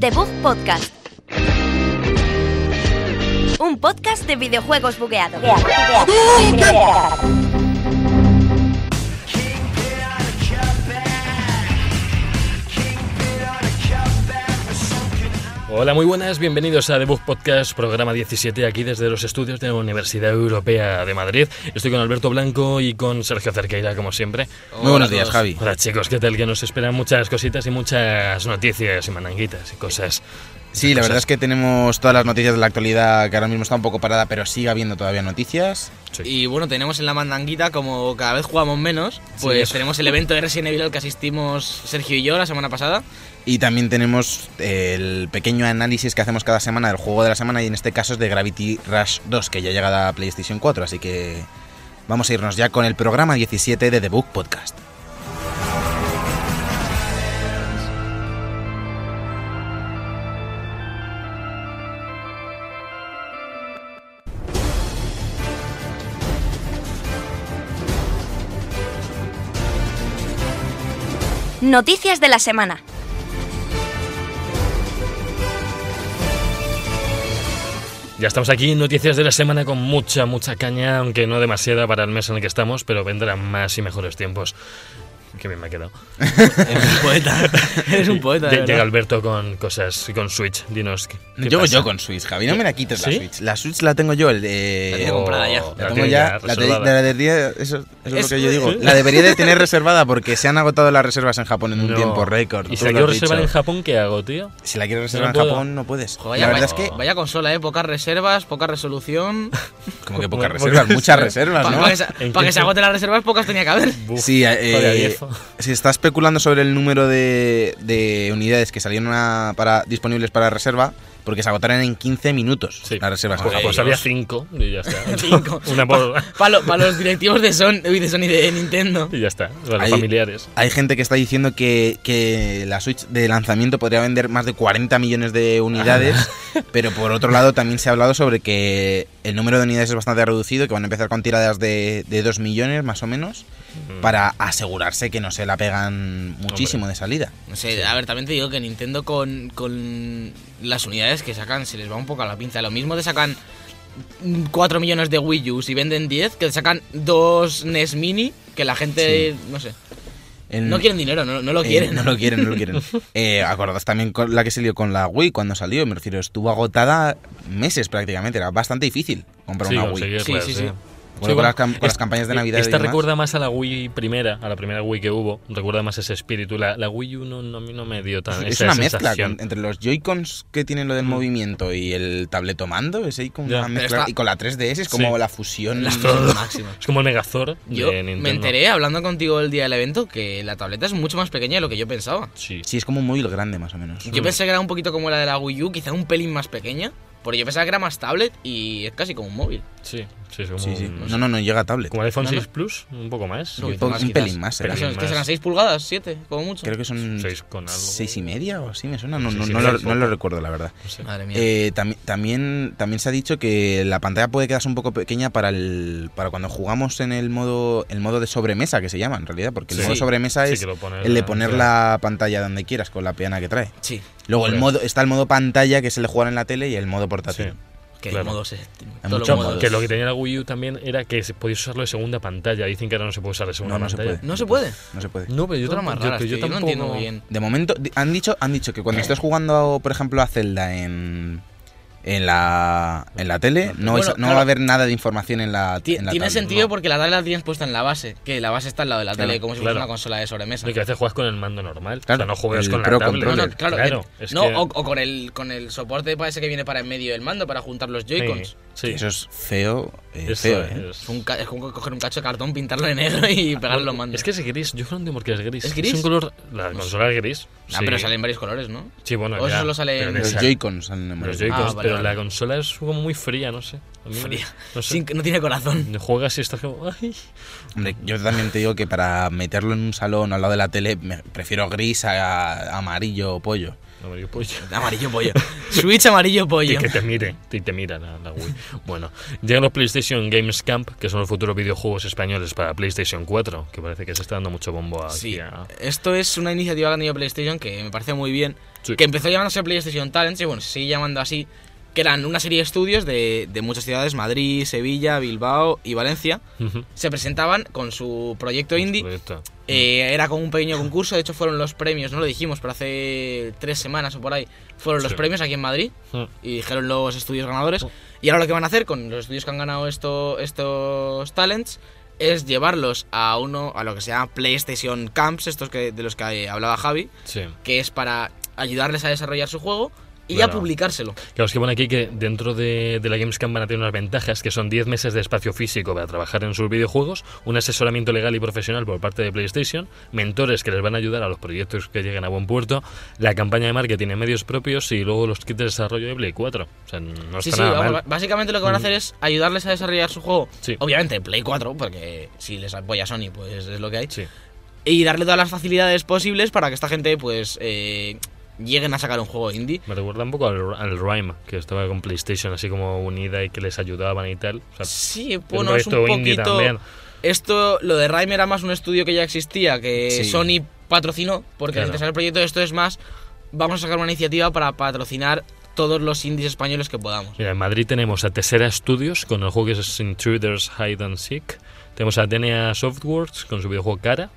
The Bug Podcast. Un podcast de videojuegos bugueado. Hola, muy buenas, bienvenidos a The Book Podcast, programa 17, aquí desde los estudios de la Universidad Europea de Madrid. Estoy con Alberto Blanco y con Sergio Cerqueira, como siempre. Muy buenos días, Javi. Hola chicos, ¿qué tal? Que nos esperan muchas cositas y muchas noticias y mandanguitas y cosas. Sí, la cosas. verdad es que tenemos todas las noticias de la actualidad que ahora mismo está un poco parada, pero sigue habiendo todavía noticias. Sí. Y bueno, tenemos en la mandanguita, como cada vez jugamos menos, Sí, pues eso. tenemos el evento de Resident Evil al que asistimos Sergio y yo la semana pasada. Y también tenemos eh, el pequeño análisis que hacemos cada semana del juego de la semana y en este caso es de Gravity Rush 2, que ya ha llegado a PlayStation 4, así que vamos a irnos ya con el programa 17 de The Book Podcast. Noticias de la semana. Ya estamos aquí, noticias de la semana con mucha, mucha caña, aunque no demasiada para el mes en el que estamos, pero vendrán más y mejores tiempos. Qué bien me ha quedado. Pues Eres un poeta. Eres un poeta, de Lle- Llega verdad. Alberto con cosas, con Switch, dinos. ¿qué- qué Yo, pasa? yo con Switch, Javi, no me la quites ¿Sí? la Switch. La Switch la tengo yo, el de... La tengo comprada ya. La Oh, la tengo tiene ya, la, te- reservada. la debería, eso, eso es, lo Es- que yo digo. ¿Sí? La debería de tener reservada porque se han agotado las reservas en Japón en un No. tiempo récord. ¿Y tú si la lo quiero has reservar dicho. en Japón, qué hago, tío? Si la quieres Yo reservar no en puedo. Japón, no puedes. Jo, vaya, la verdad es vaya- que. vaya consola, ¿eh? Pocas reservas, pocas resolución. Como que Como- pocas reservas, muchas reservas, Para ¿no? que, se- ¿En pa' qué que se se- agoten las reservas, pocas tenía que haber. Buf, Sí, joder, eh, viejo. se está especulando sobre el número de, de unidades que salieron a- para, disponibles para reserva, porque se agotaron en 15 minutos Sí. las reservas. Eh, en Pues, Japón. pues había cinco y ya está. Cinco. Una por. Para los directivos de Sony, uy, de Sony de Nintendo. Y ya está. Para los Ahí- familiares. Hay gente que está diciendo que, que la Switch de lanzamiento podría vender más de 40 millones de unidades, pero por otro lado también se ha hablado sobre que el número de unidades es bastante reducido, que van a empezar con tiradas de, de 2 millones más o menos, para asegurarse que no se la pegan muchísimo de salida. No sé, a ver, también te digo que Nintendo con, con las unidades que sacan se les va un poco a la pinza. Lo mismo te sacan 4 millones de Wii U y venden 10, que te sacan 2 NES Mini, que la gente, no sé, El- no quieren dinero, no, no lo eh, quieren. no lo quieren, no lo quieren. Eh, acordás también con la que se lió con la Wii cuando salió, me refiero, estuvo agotada meses prácticamente, era bastante difícil comprar Sí, una Wii. conseguirlas, Sí, sí, sí. Bueno, con las cam- con las campañas de e- Navidad y Esta demás. recuerda más a la Wii primera, a la primera Wii que hubo. Recuerda más ese espíritu. La, la Wii U no, no- a mí no me dio tan. Es Ah, esa una mezcla sensación. con- entre los Joy-Cons que tienen lo del movimiento y el tableto mando, es ahí como Ya. una Pero mezcla. está- Y con la 3DS es como Sí. la fusión. Las Todo. dos máximas. Es como el Megazord Mm, Yo de Nintendo. me enteré hablando contigo el día del evento que la tableta es mucho más pequeña de lo que yo pensaba. Sí. Sí, es como un móvil grande más o menos. Yo pensé que era un poquito como la de la Wii U, quizá un pelín más pequeña, porque yo pensaba que era más tablet y es casi como un móvil. Sí, sí, es como, Sí, sí. un- No, no, no llega a tablet. como el iPhone No, 6 Plus, un poco más. yo No, Un, creo. po- más, un quizás. pelín más, será. Pelín. Eso es que más. serán 6 pulgadas, 7, como mucho. Creo que son Seis con algo. seis y media o así, me suena. No, Sí, no, sí, no sí, lo, sí. no lo recuerdo, la verdad. No sé. Madre mía. Eh, tam- también, también se ha dicho que la pantalla puede quedarse un poco pequeña para el para cuando jugamos en el modo el modo de sobremesa que se llama en realidad, porque el Sí. modo sobremesa Sí, es que lo pones el de la- poner sí. la pantalla donde quieras con la peana que trae. sí, Luego el Correcto. modo está el modo pantalla que se le jugar en la tele y el modo portátil. Sí. que claro. modos es. Hay todos los muchos modos. modos. Que lo que tenía la Wii U también era que se podía usarlo de segunda pantalla. Dicen que ahora no se puede usar de segunda No, no se pantalla. puede. No se puede. No se puede. No, pero yo Yo, tampoco. más yo- raras, que yo tío, yo no tampoco- entiendo muy bien. De momento di- han dicho han dicho que cuando estés jugando, por ejemplo, a Zelda en en la en la tele no, vais Bueno, a- no claro. va a haber nada de información en la, Ti- en la tiene tablet. sentido no. porque la tablet la tienes puesta en la base, que la base está al lado de la Claro, tele, como si fuera claro. una consola de sobremesa. No, y que a veces juegas con el mando normal. Claro, o sea, no juegas el con la Pro tablet. No, no, Controller. claro, que- es no, que- o, o con el con el soporte parece que viene para en medio del mando para juntar los Joy-Cons. Sí, sí. Eso es feo, eh, Eso feo, es. ¿eh? Es, un ca- es como coger un cacho de cartón, pintarlo de negro y pegarle los mandos. Es que es gris, yo no entiendo por qué es gris. ¿Es gris? un color. La consola es gris. Ah, sí. pero salen varios colores, ¿no? Sí, bueno, o eso ya, solo sale pero en- de Los esa- Joy-Cons salen en los memoria. Joy-Cons, Ah, vale, pero vale. la consola es como muy fría, no sé. A mí me- Fría. No sé. Sin- no tiene corazón. Juegas y estás como. Ay. Hombre, yo también te digo que para meterlo en un salón al lado de la tele me- prefiero gris a, a amarillo o pollo. No me digo, pollo. Amarillo pollo. Switch amarillo Y pollo. que te mire, y te mira la, la Wii. Bueno, llegan los PlayStation Games Camp, que son los futuros videojuegos españoles para PlayStation 4, que parece que se está dando mucho bombo aquí Sí, a- esto es una iniciativa que han tenido PlayStation que me parece muy bien. Sí. que empezó llamándose PlayStation Talents y bueno, se sigue llamando así, que eran una serie de estudios de, de muchas ciudades, Madrid, Sevilla, Bilbao y Valencia, Ujú. se presentaban con su proyecto indie. Proyecto. Eh, era como un pequeño concurso, de hecho fueron los premios, no lo dijimos, pero hace tres semanas o por ahí fueron los Sí. premios aquí en Madrid Ujú. y dijeron los estudios ganadores. Y ahora lo que van a hacer con los estudios que han ganado esto, estos talents es llevarlos a uno, a lo que se llama PlayStation Camps, estos que, de los que eh, hablaba Javi, Sí. que es para ayudarles a desarrollar su juego y Claro. a publicárselo. Claro, es que pone aquí que dentro de, de la Gamescom van a tener unas ventajas que son 10 meses de espacio físico para trabajar en sus videojuegos, un asesoramiento legal y profesional por parte de PlayStation, mentores que les van a ayudar a los proyectos que lleguen a buen puerto, la campaña de marketing en medios propios y luego los kits de desarrollo de Play 4. O sea, no está Sí, sí, nada vamos, mal. Mm. ba- básicamente lo que van a hacer es ayudarles a desarrollar su juego. Sí. Obviamente, Play 4, porque si les apoya Sony, pues es lo que hay. Sí. y darle todas las facilidades posibles para que esta gente pues eh, lleguen a sacar un juego indie. Me recuerda un poco al, al Rhyme, que estaba con PlayStation así como unida y que les ayudaban y tal. O sea, Sí, un bueno, es un proyecto indie poquito... también. Esto, lo de Rhyme era más un estudio que ya existía, que Sí. Sony patrocinó, porque Claro. antes de sacar el proyecto esto es más, vamos a sacar una iniciativa para patrocinar todos los indies españoles que podamos. Mira, en Madrid tenemos a Tesera Studios con el juego que es Intruders Hide and Seek. Tenemos a DNA Softworks con su videojuego Cara.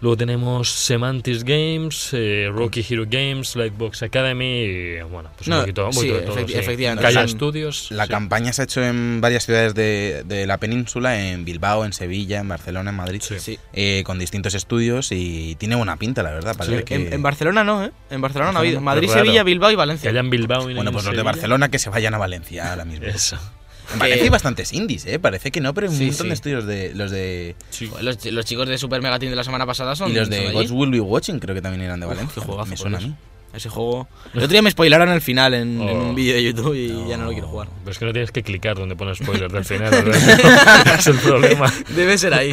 Luego tenemos Semantis Games, eh, Rocky Hero Games, Lightbox Academy y bueno, pues un No, poquito, un sí, poquito de todo. efecti- sí. efectivamente. Calla O sea, Studios. La sí. campaña se ha hecho en varias ciudades de, de la península, en Bilbao, en Sevilla, en Barcelona, en Madrid, Sí. Sí. eh, con distintos estudios y tiene buena pinta, la verdad. parece que- En, en Barcelona no, ¿eh? En Barcelona no ha habido. Barcelona, Madrid, pero raro. Sevilla, Bilbao y Valencia. Calla en Bilbao y bueno, en pues los de Sevilla. Barcelona que se vayan a Valencia ahora mismo. Eso. En Valencia hay bastantes indies, ¿eh? Parece que no, pero hay un Sí, montón sí. de estudios de los de... Sí. Joder, Los, los chicos de Super Mega Team de la semana pasada son Y los de son Gods allí. Will Be Watching creo que también eran de Uf, Valencia. qué juegazo, me por suena a Dios. mí. Ese juego. El otro día me spoilaron el final en, en Oh. un vídeo de YouTube y ya no lo quiero jugar. Pero es que no tienes que clicar donde pone spoilers del final. ¿verdad? es el problema. Debe ser ahí.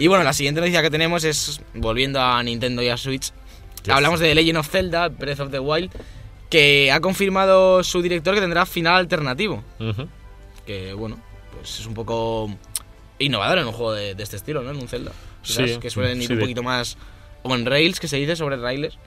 Y bueno, la siguiente noticia que tenemos es, volviendo a Nintendo y a Switch, Yes. hablamos de Legend of Zelda, Breath of the Wild, que ha confirmado su director que tendrá final alternativo. Ujú. Que bueno, pues es un poco innovador en un juego de, de este estilo, ¿no? En un Zelda. Quizás Sí, que suelen ir sí, un de- poquito más... O en rails, que se dice sobre rails.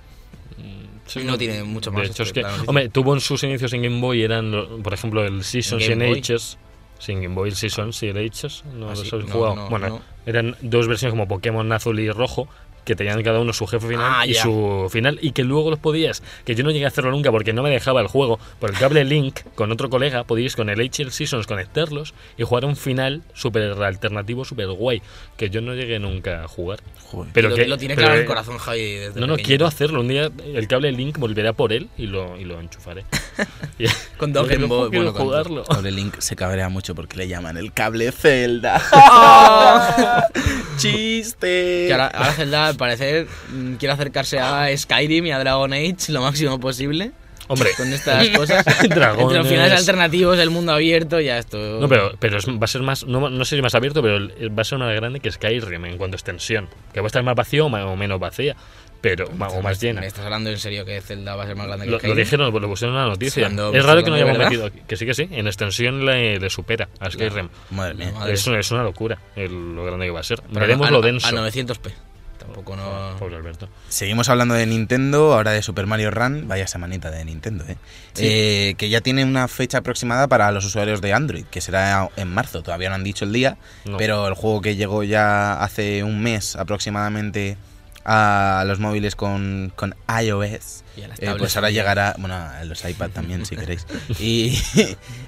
Sí, No tiene mucho más De hecho, es este que, plan, sí. hombre, tuvo en sus inicios en Game Boy, eran, lo- por ejemplo, el Seasons y ¿En el Game Boy? Ages. Sí, en Game Boy el Seasons y el Ages. No Ah, los sí, habéis no, jugado. no, bueno, no. eran dos versiones como Pokémon azul y rojo que tenían cada uno su jefe final Ah, y ya. su final y que luego los podías que yo no llegué a hacerlo nunca porque no me dejaba el juego por el cable link con otro colega podíais con el Ages Seasons conectarlos y jugar un final súper alternativo súper guay que yo no llegué nunca a jugar Joder. pero lo, que lo tiene pero, claro en eh, el corazón, Javi. desde no, no, pequeño. quiero hacerlo. Un día el cable Link volverá por él y lo, y lo enchufaré. Y- Con dos Porque Game no Boy, quiero bueno, con- jugarlo. Pobre Link se cabrea mucho porque le llaman el cable Zelda. ¡Oh! ¡Chiste! Que ahora, ahora Zelda, al parecer, mm, quiere acercarse a Skyrim y a Dragon Age lo máximo posible. Hombre, Con estas cosas. Entre los dragones. finales alternativos, el mundo abierto, ya esto. No, pero, pero es- va a ser más. No, no sé si más abierto, pero el- va a ser más grande que Skyrim en cuanto a extensión. Que va a estar más vacío o, ma- o menos vacía. Pero, ma- o más llena. ¿Me estás hablando en serio que Zelda va a ser Este más grande que Lo, lo Skyrim? dijeron, lo pusieron en la noticia. Hablando- es raro que hablando no de hayamos verdad. metido. Que sí, que sí. En extensión eh, le, le supera a Skyrim. Madre mía. Madre. Es, una- es una locura el- lo grande que va a ser. Pero ah, Veremos a- lo a- denso. A 900p. Tampoco no. Pobre Alberto. Seguimos hablando de Nintendo, ahora de Super Mario Run. Vaya semanita de Nintendo, ¿eh? Eh, que ya tiene una fecha aproximada para los usuarios de Android, que será en marzo. Todavía no han dicho el día, No. pero el juego que llegó ya hace un mes aproximadamente a los móviles con, con iOS, Y a las eh, tablets pues ahora también. llegará, bueno, a los iPad también si queréis, y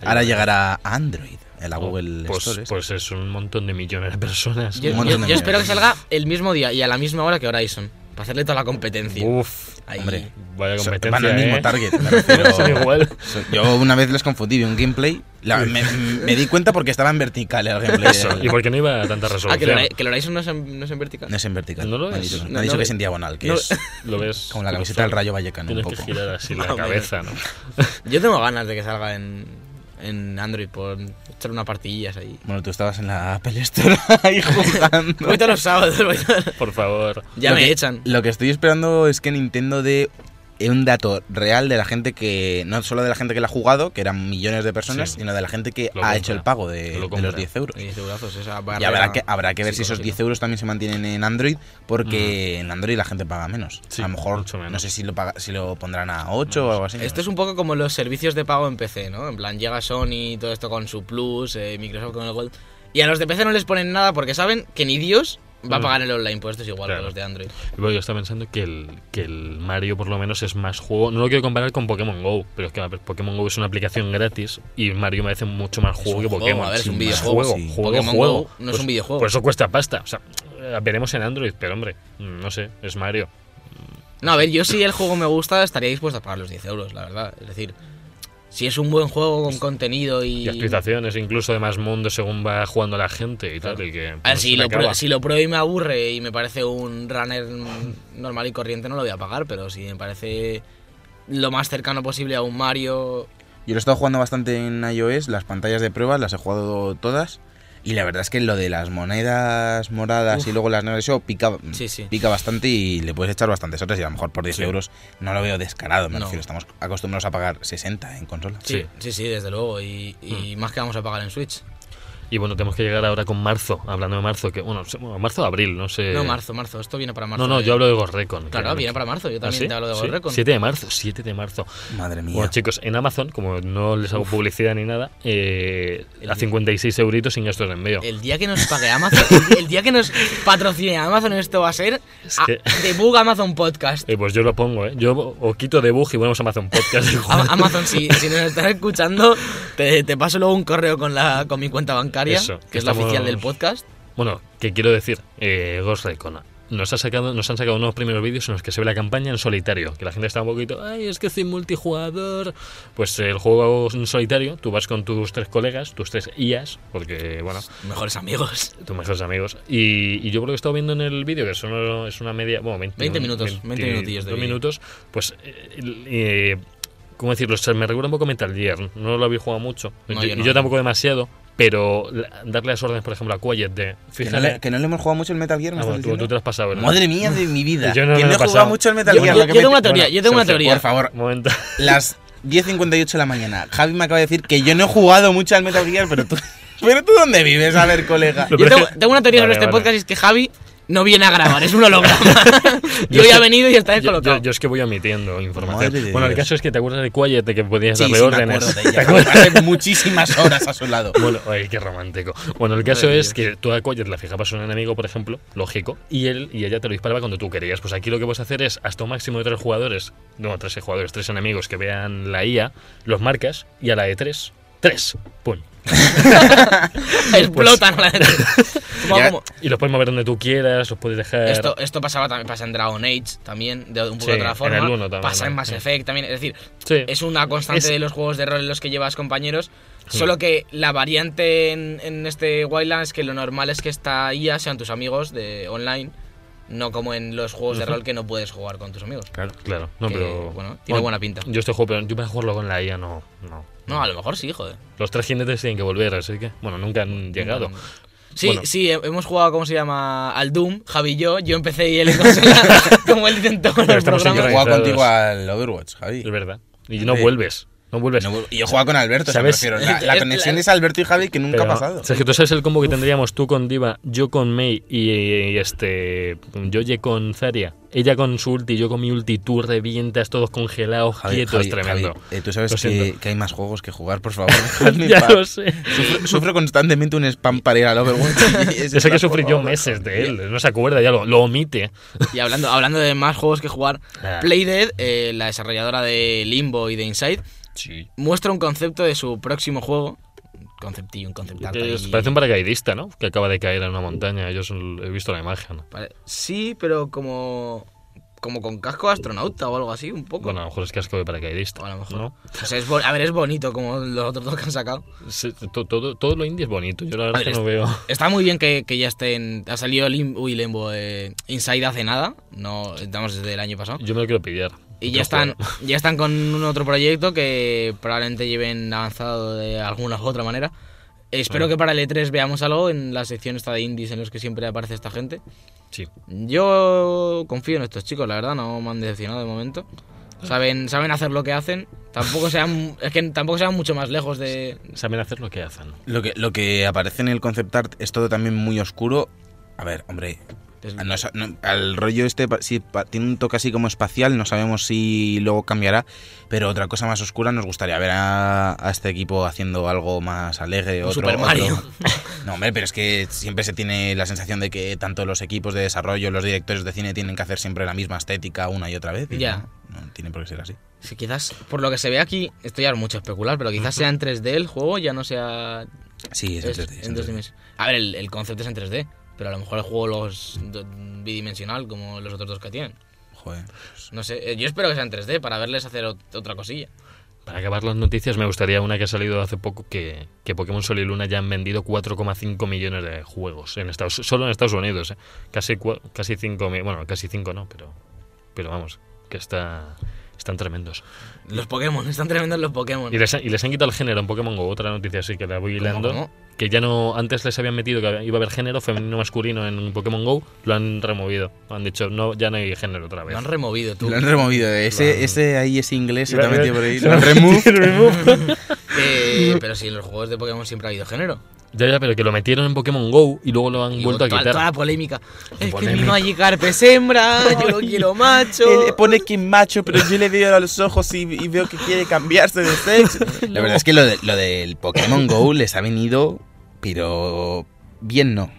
ahora llegará a Android, a Oh, la Google pues, Store. ¿eh? pues es un montón de millones de personas. Yo, Un yo- montón de yo espero que millones. salga el mismo día y a la misma hora que Horizon. Para hacerle toda la competencia. Uf, Ahí. hombre. vaya So- competencia. Van al mismo ¿eh? target, me refiero. Eh, Son igual. So- Yo una vez les confundí, vi un gameplay. la- me, me di cuenta porque estaba en vertical el gameplay. Eso, del- y porque no iba a tanta Ah, que el, resolución. Hori- que el Horizon no es en, no es en vertical. No es en vertical. No lo me han es. dicho, me No, han dicho no que es. es en diagonal, que No- es Lo ves. como la cruzado. camiseta del Rayo Vallecano. Un Tienes que poco. girar así Más la o menos. cabeza, ¿no? Yo tengo ganas de que salga en, en Android por echar unas partidillas ahí. Bueno, tú estabas en la Apple Store ahí jugando. Voy todos los sábados. voy todos- Por favor. Ya Lo me que- echan. Lo que estoy esperando es que Nintendo dé un dato real de la gente que, no solo de la gente que la ha jugado, que eran millones de personas, Sí. sino de la gente que Lo ha compra. hecho el pago de, Lo de compra. los 10 euros. Y eurazos, esa Y barrera habrá que, habrá que ver si esos psicológica. 10 euros también se mantienen en Android, Mm. porque en Android la gente paga menos. Sí, a lo mejor, mucho menos. no sé si lo, paga- si lo pondrán a 8 o algo así. Esto es un poco como los servicios de pago en PC, ¿no? En plan, llega Sony, todo esto con su Plus, eh, Microsoft con el Gold. Y a los de PC no les ponen nada porque saben que ni Dios va a Mm. pagar el online, pues esto es igual Claro. que los de Android. Y luego yo estaba pensando que el, que el Mario por lo menos es más juego. No lo quiero comparar con Pokémon Go, pero es que a ver, Pokémon Go es una aplicación gratis y Mario me parece mucho más juego un que juego, Pokémon. a ver, es Sí, un más videojuego, Juego, sí. juego, Pokémon juego. Pues Go no es un videojuego. Por eso cuesta pasta. O sea, eh, veremos en Android, pero hombre, mm, no sé, es Mario. No, a ver, yo si el juego me gusta estaría dispuesto a pagar los 10 euros, la verdad. Es decir, si es un buen juego con contenido y... Y actualizaciones, incluso de más mundo según va jugando la gente y tal. Y que, A ver, pues, si se Ah, lo, acaba. pruebo, si lo pruebo y me aburre y me parece un runner mm, normal y corriente, no lo voy a pagar, pero si me parece lo más cercano posible a un Mario. Yo lo he estado jugando bastante en iOS, las pantallas de pruebas las he jugado todas. Y la verdad es que lo de las monedas moradas Uf. y luego las negras, eso pica, Sí, sí. pica bastante y le puedes echar bastantes horas. Y a lo mejor por 10 Sí. euros no lo veo descarado, me No. refiero. Estamos acostumbrados a pagar 60 en consola. Sí, Sí. Mm. sí, sí, desde luego. Y, y más que vamos a pagar en Switch. Y bueno, tenemos que llegar ahora con marzo, hablando de marzo, que bueno, se- bueno, marzo o abril, no sé. No, marzo, marzo. Esto viene para marzo. Eh. Eh, No, no, de- yo hablo de Ghost Recon. Claro, que- viene para marzo. Yo también ¿Ah, sí? te hablo de Sí, Ghost Recon. 7 de marzo, 7 de marzo. Madre mía. Bueno, chicos, en Amazon, como no les hago publicidad ni nada, eh, a 56 euritos sin gastos de envío. El día que nos pague Amazon, el, día- el día que nos patrocine Amazon, esto va a ser Es a- que- debug Amazon Podcast. Eh, pues yo lo pongo, ¿eh? Yo o quito debug y ponemos Amazon Podcast. y A- joder. Amazon, si, si nos estás escuchando, te, te paso luego un correo con la con mi cuenta bancaria, Eso, que, que es la estamos- oficial del podcast. Bueno, ¿qué quiero decir? Eh, Ghost Recon. Nos, ha sacado, nos han sacado unos primeros vídeos en los que se ve la campaña en solitario. Que la gente está un poquito, ay, es que soy multijugador. Pues eh, el juego en solitario, tú vas con tus tres colegas, tus tres IAs, porque, bueno, Mejores amigos. tus mejores amigos. Y, y yo por lo que he estado viendo en el vídeo, que son, es una media. Bueno, 20, 20 minutos, 20 minutillos de dos vídeo. minutos, pues. eh, eh, ¿Cómo decirlo? O sea, me recuerda un poco a Metal Gear. No lo había jugado mucho. No, yo, yo no. yo tampoco demasiado. Pero la- darle las órdenes, por ejemplo, a Quiet de. que, no Fíjate. le, que no le hemos jugado mucho el Metal Gear, Ah, me estás bueno, tú, tú te diciendo. lo has pasado, ¿verdad? Madre mía de mi vida. Yo no que me lo no he he jugado pasado. mucho el Metal Yo, Gear. yo- yo lo que me- tengo una teoría, yo tengo una Sergio, teoría. Por favor, Momento. las 10.58 de la mañana. Javi me acaba de decir que yo no he jugado mucho al Metal Gear, pero tú, pero tú ¿dónde vives? A ver, colega. Lo Yo tengo, peor- tengo una teoría Vale, sobre este vale. podcast y es que Javi no viene a grabar, es un holograma. yo ya he venido y está Yo, descolocado. yo- yo es que voy omitiendo información. Madre de bueno, el Dios. caso es que te acuerdas de Quiet, de que podías Sí, darle sí, me órdenes. acuerdo de ¿Te ella. acuerdas? Pasé muchísimas horas a su lado. Bueno, ay, qué romántico. Bueno, el caso Madre es que tú a Quiet la fijabas a un enemigo, por ejemplo, lógico, y él y ella te lo disparaba cuando tú querías. Pues aquí lo que puedes hacer es hasta un máximo de tres jugadores, no, tres jugadores, tres enemigos que vean la IA, los marcas, y a la de tres, tres, pum. pues, Explotan. la- Como- Ya- como- Y los puedes mover donde tú quieras, los puedes dejar. Esto, esto pasaba también, pasa en Dragon Age también, de un Sí, poco de otra en forma. el uno también, pasa en ¿no? Mass Sí. Effect también. Es decir, Sí. es una constante Es- de los juegos de rol en los que llevas compañeros. Solo que la variante en, en este Wildlands es que lo normal es que esta IA sean tus amigos de online, no como en los juegos de rol que no puedes jugar con tus amigos. Claro, claro. No, que, pero. bueno, tiene buena pinta. Yo estoy jugando, pero yo para jugarlo con la IA no. no. No, a lo mejor sí, joder. Los tres jinetes tienen que volver, así que. Bueno, nunca han llegado. Sí, Bueno. sí, he- hemos jugado, ¿cómo se llama? Al Doom, Javi y yo. Yo empecé y él en consola, como él intentó en Pero los estamos Yo he programas. sincronizados. jugado contigo al Overwatch, Javi. Es verdad. Y no Sí. vuelves. No vuelves. No, y yo he jugado con Alberto, ¿Sabes? ¿sabes? La, la Es- conexión la- es Alberto y Javi que nunca Pero, ha pasado. Sergio, ¿tú sabes el combo que tendríamos tú con Diva, yo con May y, y este. Yoye con Zaria? Ella con su ulti, yo con mi ulti, tú revientas todos congelados, quietos, tremendo. Javi, eh, tú sabes Lo que, siento. que hay más juegos que jugar, por favor. dejadme en ya paz. lo sé. Sufro, sufro constantemente un spam para ir al Overwatch. y Yo es sé en plan, que sufrí por yo favor, meses de Javi. él, no se acuerda, ya lo, lo omite. Y hablando, hablando de más juegos que jugar, Ah. Playdead, eh, la desarrolladora de Limbo y de Inside, Sí. muestra un concepto de su próximo juego. Un conceptillo, un concept art ahí. Parece un paracaidista, ¿no? Que acaba de caer en una montaña. Yo son- he visto la imagen. Pare- Sí, pero como, como con casco de astronauta o algo así, un poco. Bueno, a lo mejor es casco de paracaidista. O a lo mejor. ¿no? O sea, es bo- a ver, es bonito como los otros dos que han sacado. Sí, to- todo, todo lo indie es bonito. Yo la verdad Madre, es que no veo. Está muy bien que, que ya estén. Ha salido Lim, uy, Limbo eh, Inside hace nada. No, estamos desde el año pasado. Yo me lo quiero pillar. Y Quiero ya están, jugar. ya están con un otro proyecto que probablemente lleven avanzado de alguna u otra manera. Espero que para el E3 veamos algo en la sección esta de indies en los que siempre aparece esta gente. Sí. Yo confío en estos chicos, la verdad, no me han decepcionado de momento. Saben, saben hacer lo que hacen. Tampoco sean, es que tampoco sean mucho más lejos de. Saben hacer lo que hacen. Lo que, lo que aparece en el concept art es todo también muy oscuro. A ver, hombre. Es- no sa- no- al rollo este pa- sí, pa- tiene un toque así como espacial, no sabemos si luego cambiará, pero otra cosa más oscura nos gustaría ver a, a este equipo haciendo algo más alegre. Un Otro, Super Mario. otro- No, hombre, pero es que siempre se tiene la sensación de que tanto los equipos de desarrollo, los directores de cine tienen que hacer siempre la misma estética una y otra vez. y Ya. No, no tiene por qué ser así. Sí, quizás, por lo que se ve aquí, esto ya es mucho especular, pero quizás sea en 3D el juego, ya no sea Sí, es, es- en 3D, es en en dos 3D. dimensiones. A ver, el, el concepto es en 3D, pero a lo mejor el juego los do- bidimensional como los otros dos que tienen. Joder. No sé, eh, yo espero que sea en 3D para verles hacer ot- otra cosilla. Para acabar las noticias, me gustaría una que ha salido hace poco, que, que Pokémon Sol y Luna ya han vendido 4,5 millones de juegos, en Estados, solo en Estados Unidos. ¿eh? Casi, cua- casi 5, bueno, casi 5 no, pero, pero vamos, que está, están tremendos. Los Pokémon, están tremendos los Pokémon. Y les, han- y les han quitado el género en Pokémon GO, otra noticia así que la voy hilando. cómo? Que ya no, antes les habían metido que iba a haber género femenino masculino en Pokémon GO, lo han removido. Han dicho, no, ya no hay género otra vez. Lo han removido tú. Lo han removido, eh. Lo ese, han- ese ahí, ese inglés, se Iba- te ha metido por ahí. se Lo han me- removed. Eh, pero si en los juegos de Pokémon siempre ha habido género. Ya, ya, pero que lo metieron en Pokémon GO y luego lo han Y vuelto a toda, quitar. toda la polémica. Es que mi Polémica. Magikarp es hembra, yo lo quiero macho. Él pone que macho, pero yo le veo a los ojos y, y veo que quiere cambiarse de sexo. La verdad es que lo, de- lo del Pokémon GO les ha venido, pero bien no.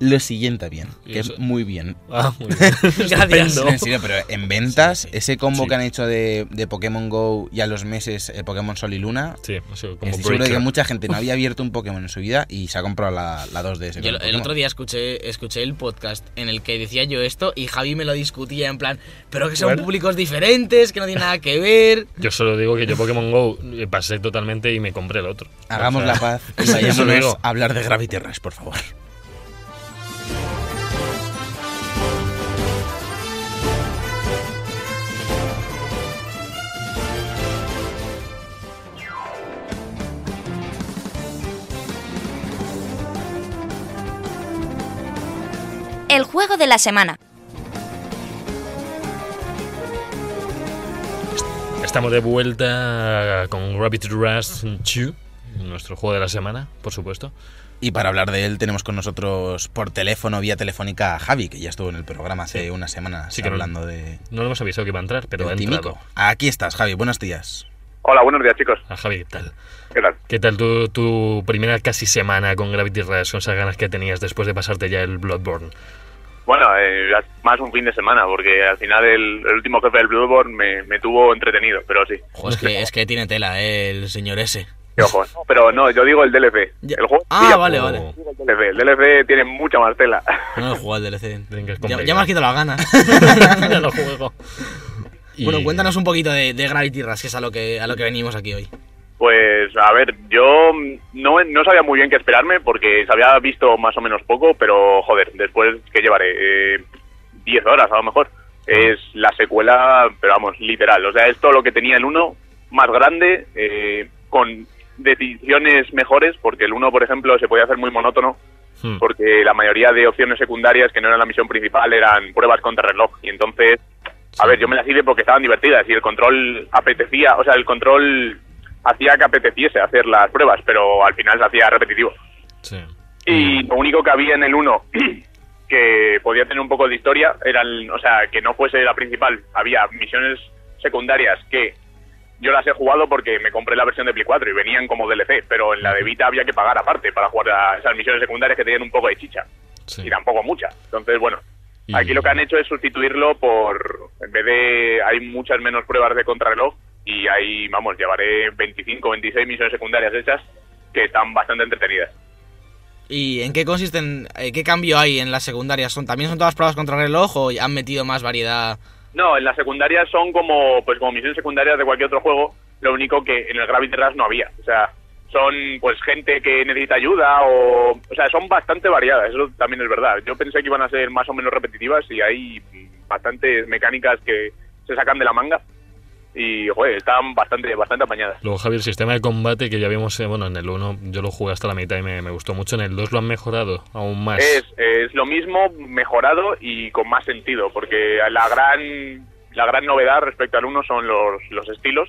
Lo siguiente bien, Y que eso- es muy bien. Ah, muy bien. Gracias. Estupendo. En serio, pero en ventas, Sí, sí. ese combo Sí. que han hecho de, de Pokémon GO y a los meses eh, Pokémon Sol y Luna, Sí, ha sido como estoy seguro de que breaker. mucha gente no había abierto un Pokémon en su vida y se ha comprado la, la Yo 2DS. con el, el Pokémon. otro día escuché, escuché el podcast en el que decía yo esto y Javi me lo discutía en plan, pero que son Bueno. públicos diferentes, que no tiene nada que ver. Yo solo digo que yo Pokémon Go eh, pasé totalmente y me compré el otro. Hagamos O sea, la paz y eso vayámonos digo. a hablar de Gravity Rush, por favor. El juego de la semana. Estamos de vuelta con Rabbit Rush 2, nuestro juego de la semana, por supuesto. Y para hablar de él tenemos con nosotros por teléfono, vía telefónica, a Javi, que ya estuvo en el programa hace unas semanas Sí, que no- hablando de... No le hemos avisado que iba a entrar, pero ha del entrado. Timico. Aquí estás, Javi, buenos días. Hola, buenos días, chicos. A Javi, ¿qué tal? ¿Qué tal? ¿Qué tal tu, tu primera casi semana con Gravity Rush, con esas ganas que tenías después de pasarte ya el Bloodborne? Bueno, eh, más un fin de semana, porque al final el, el último jefe del Bloodborne me, me tuvo entretenido, pero sí. Joder, es, que, es que tiene tela, eh, el señor ese. Qué ojo. ¿no? Pero no, yo digo el DLC. Ya- El juego. Ah, sí, vale, yo vale. digo El DLC. El DLC tiene mucha más tela. No he jugado al DLC. Tienen que Ya, comprar. ya me has quitado las ganas. ya lo juego. Y- Bueno, cuéntanos un poquito de, de Gravity Rush, que es a lo que, a lo que venimos aquí hoy. Pues, a ver, yo mm, no, no sabía muy bien qué esperarme, porque se había visto más o menos poco, pero joder, después, ¿qué llevaré? Eh, 10 horas a lo mejor. Es la secuela, pero vamos, literal. O sea, es todo lo que tenía el 1, más grande, eh, con decisiones mejores, porque el 1, por ejemplo, se podía hacer muy monótono, Hmm. porque la mayoría de opciones secundarias que no eran la misión principal eran pruebas contra reloj. Y entonces, a ver, yo me las hice porque estaban divertidas y el control apetecía, o sea, el control hacía que apeteciese hacer las pruebas, pero al final se hacía repetitivo. Sí. Mm. Y lo único que había en el 1 que podía tener un poco de historia era, el- o sea, que no fuese la principal. Había misiones secundarias que yo las he jugado porque me compré la versión de Play 4 y venían como DLC, pero en la de Vita había que pagar aparte para jugar a esas misiones secundarias que tenían un poco de chicha Sí. y tampoco mucha. Entonces, bueno, Y- aquí lo que han hecho es sustituirlo por, en vez de, hay muchas menos pruebas de contrarreloj y ahí, vamos, llevaré 25 26 misiones secundarias hechas que están bastante entretenidas. ¿Y en qué consisten, eh, qué cambio hay en las secundarias? ¿Son, ¿También son todas pruebas contra el reloj o han metido más variedad? No, en las secundarias son como, pues como misiones secundarias de cualquier otro juego, lo único que en el Gravity Rush no había. O sea, son pues gente que necesita ayuda o... O sea, son bastante variadas, eso también es verdad. Yo pensé que iban a ser más o menos repetitivas y hay mm, bastantes mecánicas que se sacan de la manga y, joder, están bastante, bastante apañadas. Luego, Javier, el sistema de combate que ya vimos, eh, bueno, en el 1 yo lo jugué hasta la mitad y me, me gustó mucho. En el 2 lo han mejorado aún más. Es, es lo mismo, mejorado y con más sentido, porque la gran la gran novedad respecto al 1 son los, los estilos,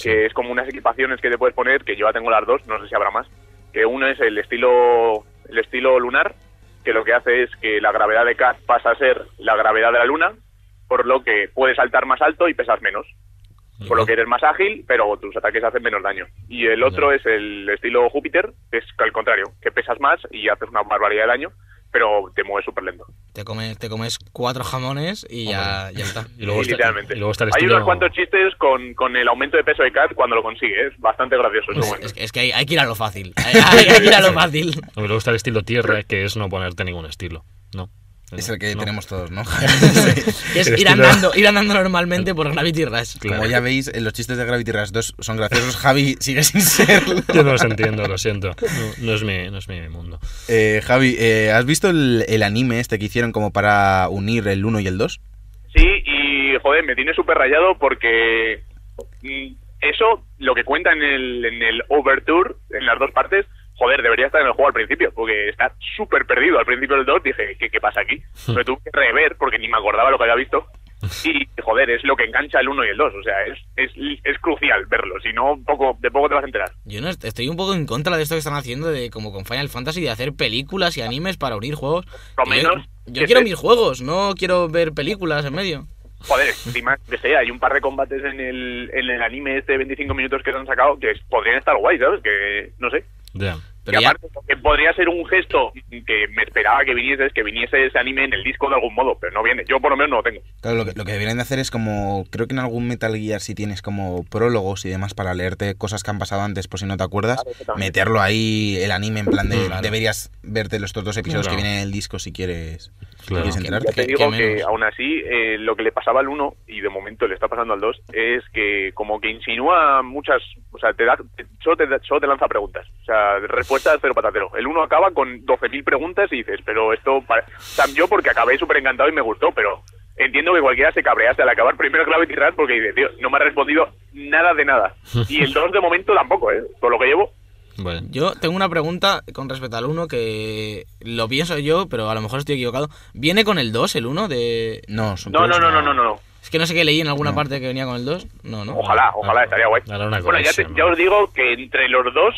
que es como unas equipaciones que te puedes poner, que yo ya tengo las dos, no sé si habrá más, que uno es el estilo, el estilo lunar, que lo que hace es que la gravedad de Cat pasa a ser la gravedad de la luna, por lo que puedes saltar más alto y pesas menos. Por lo que eres más ágil, pero tus ataques hacen menos daño. Y el otro es el estilo Júpiter, que es al contrario, que pesas más y haces una barbaridad de daño, pero te mueves súper lento. Te comes, te comes cuatro jamones y ya, ya está. Y luego, Sí, está, literalmente. y luego está el Hay estilo. unos cuantos chistes con, con el aumento de peso de Cat cuando lo consigue, es bastante gracioso. ese Pues momento. es, que- es que hay, hay que ir a lo fácil. Hay, hay- hay que ir a lo fácil. y luego está el estilo tierra, que es no ponerte ningún estilo. No. Es el que No. tenemos todos, ¿no? Es El ir estilo- andando, ir andando normalmente por Gravity Rush. Claro. Como ya veis, en los chistes de Gravity Rush 2 son graciosos. Javi sigue sin serlo. Yo no los entiendo, lo siento. No, no es, mi, no es mi mundo. Eh, Javi, eh, ¿has visto el, el anime este que hicieron como para unir el 1 y el 2? Sí, y joder, me tiene súper rayado porque mm, eso, lo que cuenta en el, en el Overture, en las dos partes, joder, debería estar en el juego al principio, porque está súper perdido. Al principio del 2 dije, ¿qué, qué pasa aquí? Pero tuve que rever porque ni me acordaba lo que había visto. Y joder, es lo que engancha el 1 y el 2, o sea, es, es, es crucial verlo, si no, poco, de poco te vas a enterar. Yo no est- estoy un poco en contra de esto que están haciendo, de como con Final Fantasy, de hacer películas y animes para unir juegos. Por lo Que yo- menos Yo, que quiero se- mis juegos, no quiero ver películas en medio. Joder, encima, que sea, hay un par de combates en el, en el anime este de 25 minutos que se han sacado que podrían estar guay, ¿sabes? Que no sé. Ya. Pero y ya, aparte, que podría ser un gesto que me esperaba que viniese, es que viniese ese anime en el disco de algún modo, pero no viene. Yo por lo menos no lo tengo. Claro, lo que, lo que deberían de hacer es como, creo que en algún Metal Gear si tienes como prólogos y demás para leerte cosas que han pasado antes por si no te acuerdas, Claro, exactamente. meterlo ahí el anime en plan de Claro. deberías verte los estos dos episodios Claro. que vienen en el disco si quieres, si Claro. quieres enterarte. Ya te ¿Qué- digo qué que menos? aún así, eh, lo que le pasaba al 1, y de momento le está pasando al 2, es que como que insinúa muchas. O sea, te da, te- solo, te, da- solo te lanza preguntas. O sea, respuesta cero patatero. El 1 acaba con 12.000 preguntas y dices, pero esto. Para... O sea, yo porque acabé súper encantado y me gustó, pero. Entiendo que cualquiera se cabrease al acabar primero Gravity Rush porque dice, tío, no me ha respondido nada de nada. Y el 2 de momento tampoco, ¿eh? Por lo que llevo, Vale. yo tengo una pregunta con respecto al 1 que lo pienso yo, pero a lo mejor estoy equivocado. ¿Viene con el 2 el 1 de...? No, son No, no, todos- no, no, no, no, no. Es que no sé qué leí en alguna parte que venía con el 2. No, no. Ojalá, ojalá, Ah, estaría guay. era una Bueno, ya, te- conexión, ya ¿no? os digo que entre los dos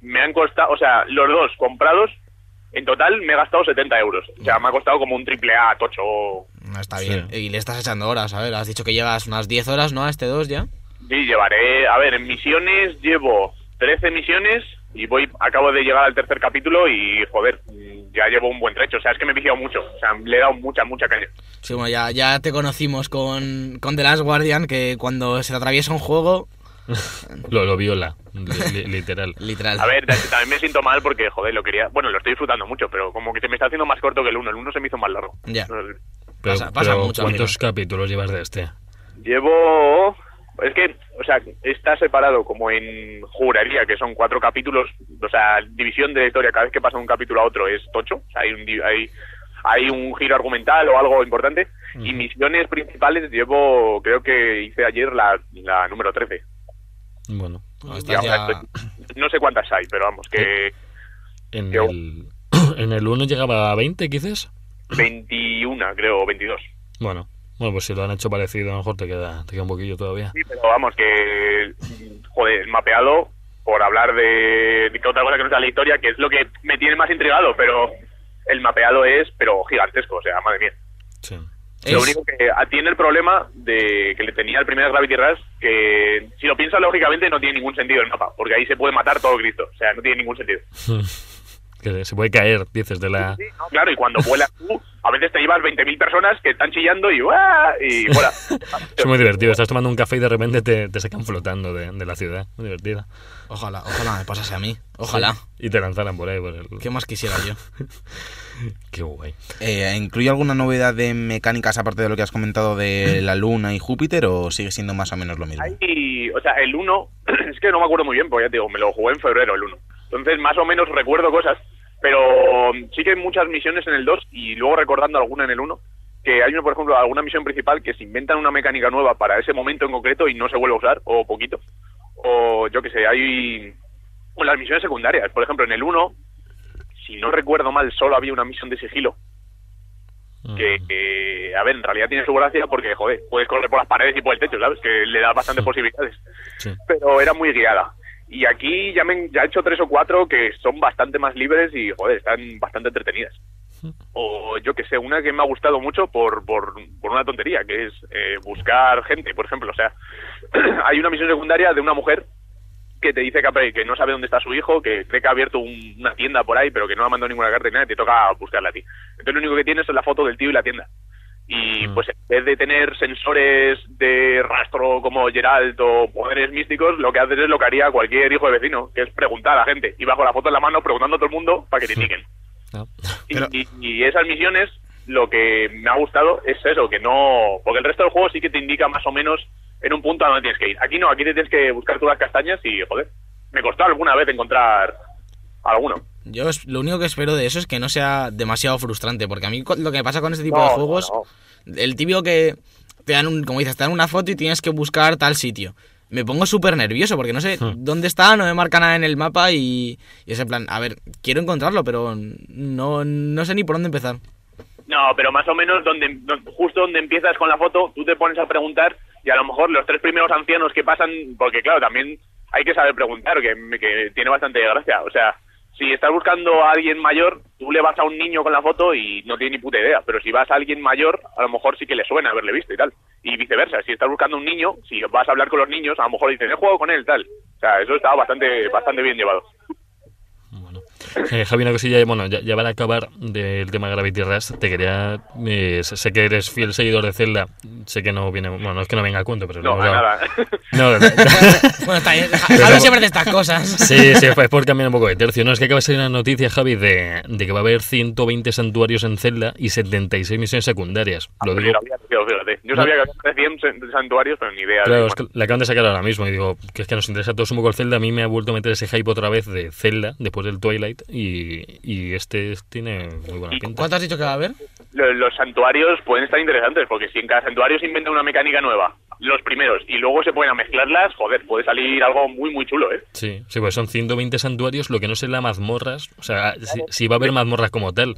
me han costado, o sea, los dos comprados, en total me he gastado 70 euros. O sea, me ha costado como un triple A tocho. No está Sí. bien. Y le estás echando horas, a ver, has dicho que llevas unas 10 horas, ¿no? A este 2 ya. Y llevaré, a ver, en misiones llevo 13 misiones y voy, acabo de llegar al tercer capítulo y, joder, ya llevo un buen trecho. O sea, es que me he viciado mucho. O sea, le he dado mucha, mucha caña. Sí, bueno, ya, ya te conocimos con, con The Last Guardian, que cuando se te atraviesa un juego, Lo, lo viola, li- li- literal. literal. A ver, también me siento mal porque, joder, lo quería. Bueno, lo estoy disfrutando mucho, pero como que se me está haciendo más corto que el uno. El uno se me hizo más largo. Ya. No sé. Pero, Pasa- pasa pero mucho, ¿cuántos amigo. capítulos llevas de este? Llevo. Es que, o sea, está separado como en juraría, que son cuatro capítulos, o sea, división de la historia, cada vez que pasa un capítulo a otro es tocho, o sea, hay un, di- hay, hay un giro argumental o algo importante, y misiones principales llevo, creo que hice ayer la, la número 13, Bueno, No, y estás ahora ya- estoy- no sé cuántas hay, pero vamos, que en Yo- el, en el 1 llegaba a 20, quizás. 21, creo, o 22. Bueno, bueno, pues si lo han hecho parecido, a lo mejor te queda, te queda un poquillo todavía. Sí, pero vamos, que. Joder, el mapeado, por hablar de, de que otra cosa que no sea la historia, que es lo que me tiene más intrigado, pero el mapeado es, pero gigantesco, o sea, madre mía. Sí. Lo Es- único que tiene el problema de que le tenía el primer Gravity Rush, que si lo piensas lógicamente no tiene ningún sentido el mapa, porque ahí se puede matar todo Cristo, o sea, no tiene ningún sentido. Que se puede caer, dices, de la... Sí, no, claro, y cuando vuelas tú, a veces te llevas 20.000 personas que están chillando y ¡guau! y fuera. Es muy divertido, estás tomando un café y de repente te, te sacan flotando de, de la ciudad. Muy divertida. Ojalá, ojalá me pasase a mí. Ojalá. Y te lanzaran por ahí. Por el... ¿Qué más quisiera yo? Qué guay. Eh, ¿Incluye alguna novedad de mecánicas aparte de lo que has comentado de la Luna y Júpiter o sigue siendo más o menos lo mismo? Ahí, o sea, el 1, es que no me acuerdo muy bien, porque ya te digo, me lo jugué en febrero el 1. Entonces, más o menos recuerdo cosas, pero mm, sí que hay muchas misiones en el 2 y luego recordando alguna en el 1, que hay, una, por ejemplo, alguna misión principal que se inventan una mecánica nueva para ese momento en concreto y no se vuelve a usar, o poquito. O yo qué sé, hay o las misiones secundarias. Por ejemplo, en el 1, si no recuerdo mal, solo había una misión de sigilo. que, que, a ver, en realidad tiene su gracia porque, joder, puedes correr por las paredes y por el techo, ¿sabes? Que le da bastante posibilidades. Sí. Pero era muy guiada. Y aquí ya, me, ya he hecho tres o cuatro que son bastante más libres y, joder, están bastante entretenidas. O yo que sé, una que me ha gustado mucho por, por, por una tontería, que es eh, buscar gente, por ejemplo. O sea, hay una misión secundaria de una mujer que te dice que, apre- que no sabe dónde está su hijo, que cree que ha abierto un- una tienda por ahí, pero que no ha mandado ninguna carta ni nada, y te toca buscarla a ti. Entonces lo único que tienes es la foto del tío y la tienda. Y Mm. pues en vez de tener sensores de rastro como Geralt o poderes místicos, lo que haces es lo que haría cualquier hijo de vecino, que es preguntar a la gente. Y bajo la foto en la mano, preguntando a todo el mundo para que te indiquen. Ah. Y- Pero- Y, y esas misiones, lo que me ha gustado es eso, que no... Porque el resto del juego sí que te indica más o menos en un punto a dónde tienes que ir. Aquí no, aquí te tienes que buscar tú las castañas y, joder, me costó alguna vez encontrar alguno. Yo es- lo único que espero de eso es que no sea demasiado frustrante, porque a mí cu- lo que me pasa con este tipo No, de no, juegos, el típico que te dan un, como dices, te dan una foto y tienes que buscar tal sitio. Me pongo súper nervioso porque no sé dónde está, no me marca nada en el mapa y, y es en plan, a ver, quiero encontrarlo, pero no, no sé ni por dónde empezar. No, pero más o menos donde don- justo donde empiezas con la foto, tú te pones a preguntar y a lo mejor los tres primeros ancianos que pasan, porque claro, también hay que saber preguntar, que, que tiene bastante gracia. O sea, si estás buscando a alguien mayor, tú le vas a un niño con la foto y no tiene ni puta idea, pero si vas a alguien mayor, a lo mejor sí que le suena haberle visto y tal. Y viceversa, si estás buscando a un niño, si vas a hablar con los niños, a lo mejor dicen, he jugado con él, tal. O sea, eso estaba bastante, bastante bien llevado. Bueno. Eh, Javi, una cosilla, eh, bueno, ya, ya para acabar del tema Gravity Rush, te quería, eh, sé- sé que eres fiel seguidor de Zelda, sé que no viene, bueno, no es que no venga a cuento, pero... No, lo a hemos hablado. nada. No, no, no. Bueno, está bien, Ja- Pero- Javi siempre de estas cosas. Sí, sí, pues por cambiar un poco de tercio. No, es que acaba de salir una noticia, Javi, de, de que va a haber 120 santuarios en Zelda y 76 misiones secundarias. Lo Yo digo, sabía, tío, fíjate. Yo No. sabía que había más de 100 san- santuarios, pero ni idea. de claro, es cuánto. que la acaban de sacar ahora mismo y digo que es que nos interesa a todos un poco el Zelda. A mí me ha vuelto a meter ese hype otra vez de Zelda después del Twilight y, y este tiene muy buena ¿Y pinta. ¿Cuánto has dicho que va a haber? Lo- Los, santuarios pueden estar interesantes, porque si en cada santuario se inventa una mecánica nueva, los primeros, y luego se pueden a mezclarlas, joder, puede salir algo muy, muy chulo, ¿eh? Sí, sí, pues son 120 santuarios, lo que no sé la mazmorras, o sea, si, si va a haber mazmorras como tal.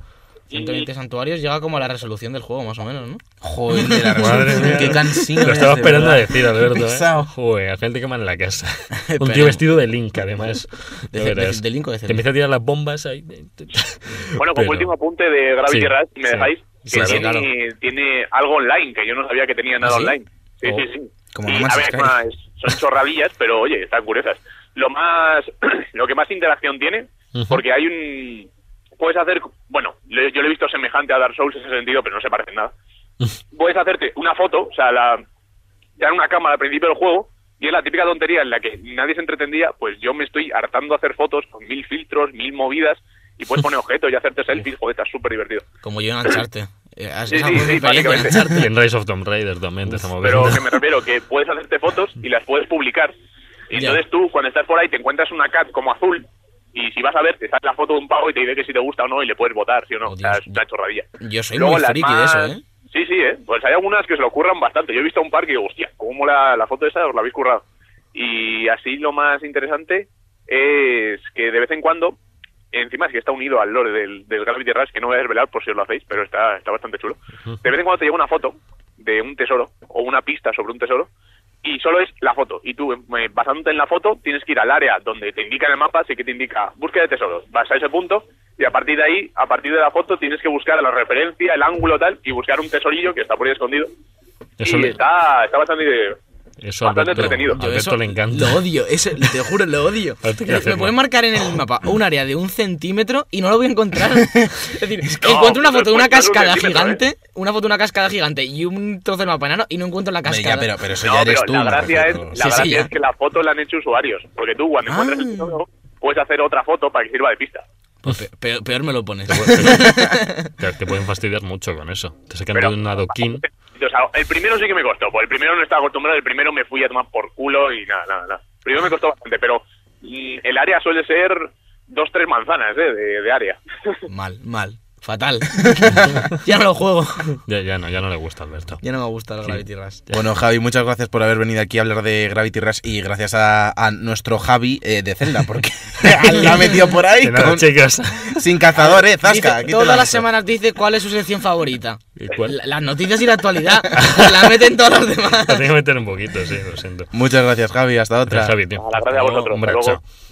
120 santuarios llega como a la resolución del juego, más o menos, ¿no? Joder, de la Madre mía. resolución, qué cansino. Lo eres, estaba de esperando a verdad. decir, Qué Alberto. pesado. ¿eh? Joder, al final te queman en la casa. Un tío Esperemos. vestido de Link, además. De- Ya verás. de- de Link o de Te Zelda. empieza a tirar las bombas ahí. Bueno, como Pero- último apunte de Gravity Sí, Rush, si me sí. dejáis, que Claro, tiene, claro. tiene algo online, que yo no sabía que tenía nada ¿Ah, sí? online. Sí, Oh. sí, sí. Como Y, No Man's a ver, Sky. más, son chorradillas, pero oye, están curiosas. Lo más, lo que más interacción tiene, Ujú. porque hay un, puedes hacer, bueno, lo- yo lo he visto semejante a Dark Souls en ese sentido, pero no se parece en nada. Puedes hacerte una foto, o sea, la, te dan una cámara al principio del juego y es la típica tontería en la que nadie se entretendía, pues yo me estoy hartando a hacer fotos con mil filtros, mil movidas y puedes poner objetos y hacerte selfies, joder, está súper divertido. Como yo en Uncharted. Eh, has- Sí, esa sí, fue mi sí, experiencia en básicamente. Uncharted. Y en Rise of Tomb Raider también te estamos viendo. Pero que me refiero, que puedes hacerte fotos y las puedes publicar. Y Ya. entonces tú, cuando estás por ahí, te encuentras una cat como azul y si vas a ver, te sale la foto de un pavo y te dice que si te gusta o no y le puedes votar, sí o no. Oh, O sea, Dios. es una chorradilla. Yo soy Luego muy las friki más- de eso, ¿eh? Sí, sí, ¿eh? Pues hay algunas que se lo curran bastante. Yo he visto un par que digo, hostia, cómo mola la foto esa, os la habéis currado. Y así lo más interesante es que de vez en cuando, encima es que está unido al lore del, del Gravity Rush, que no voy a desvelar por si os lo hacéis, pero está, está bastante chulo. De vez en cuando te llega una foto de un tesoro o una pista sobre un tesoro y solo es la foto. Y tú, eh, basándote en la foto, tienes que ir al área donde te indica en el mapa, así que te indica búsqueda de tesoros. Vas a ese punto y a partir de ahí, a partir de la foto, tienes que buscar la referencia, el ángulo tal y buscar un tesorillo que está por ahí escondido. Eso, y le- está, está bastante... eso a bastante Alberto, entretenido. a Yo Alberto eso le encanta. Lo odio, eso, te juro, lo odio. Ahora te quiero Me- hacer Me pueden mal. marcar en el mapa un área de un centímetro y no lo voy a encontrar. Es decir, No, encuentro una pero foto de una encuentras un cascada centímetro, ¿eh? gigante, una foto de una cascada gigante y un trozo de mapa enano y no encuentro la Hombre, cascada. ya, pero, pero eso No, ya pero eres tú. la me gracia, es, refiero. la Sí, sí, gracia ya. es que la foto la han hecho usuarios, porque tú cuando Ah. encuentras el tesoro puedes hacer otra foto para que sirva de pista. Pues pe- peor, peor me lo pones. Te, te pueden fastidiar mucho con eso. Te sacan Pero- de un adoquín. O sea, el primero sí que me costó, porque el primero no estaba acostumbrado, el primero me fui a tomar por culo y nada, nada, nada. El primero me costó bastante, pero mm, el área suele ser dos, tres manzanas, ¿eh? De, de área. mal, mal. fatal. ya no lo juego. Ya, ya no, ya no le gusta a Alberto. Ya no me gusta el Gravity Rush. Bueno, Javi, muchas gracias por haber venido aquí a hablar de Gravity Rush y gracias a, a nuestro Javi eh, de Zelda, porque la ha metido por ahí De nada, con- chicas. sin cazador, eh, Dice- Zasca. aquí te la todas las lanzo. semanas dice cuál es su sección favorita. ¿Y cuál? La- las noticias y la actualidad. las meten todos los demás. Lo tengo que meter un poquito, sí, lo siento. Muchas gracias, Javi, hasta otra. Gracias, Javi, tío. Nada, gracias a vosotros. Hombre, Hasta luego. chao.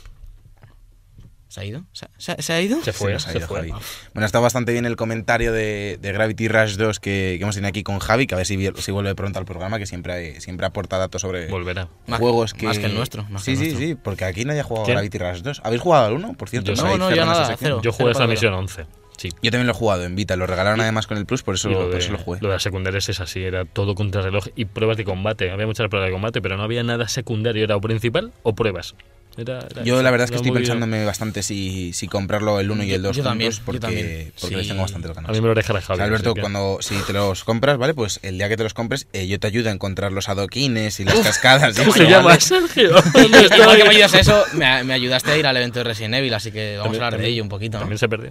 ¿Se ha ido? ¿Se, se- se ha ido? Se Se fue, nos ha se ido, fue. Javi. Bueno, ha estado bastante bien el comentario de, de Gravity Rush 2 que, que hemos tenido aquí con Javi, que a ver si, vi- si vuelve pronto al programa, que siempre, hay- siempre aporta datos sobre Volverá. Más- juegos que... Más que el nuestro. más que sí, el sí, nuestro. sí, porque aquí nadie ha jugado a ¿Quién? Gravity Rush 2. ¿Habéis jugado al 1, por cierto? Pues Yo no, Ahí no, yo cerrando nada, esa sección. cero. Yo jugué hasta la Pero- misión 11. Sí. Yo también lo he jugado en Vita, lo regalaron además con el Plus, por eso, Y lo, por de, eso lo jugué. lo de las secundarias es así, era todo contrarreloj y pruebas de combate. Había muchas pruebas de combate, pero no había nada secundario, era o principal o pruebas. Era- era Yo eso, la verdad es que era estoy muy bien. pensándome bastante si, si comprarlo el 1 y el Yo 2 también, juntos, yo porque, también. Sí. porque les tengo bastantes ganas. A mí me lo deja la O Javi. sea, Alberto, así que- cuando si te los compras, ¿vale? Pues el día que te los compres, eh, yo te ayudo a encontrar los adoquines y las cascadas. ¿Cómo y se eso, llama ¿vale? Sergio? ¿Dónde estoy? Igual que me ayudas a eso, me, me ayudaste a ir al evento de Resident Evil, así que vamos También- a hablar de también- ello un poquito. ¿no? También se perdió.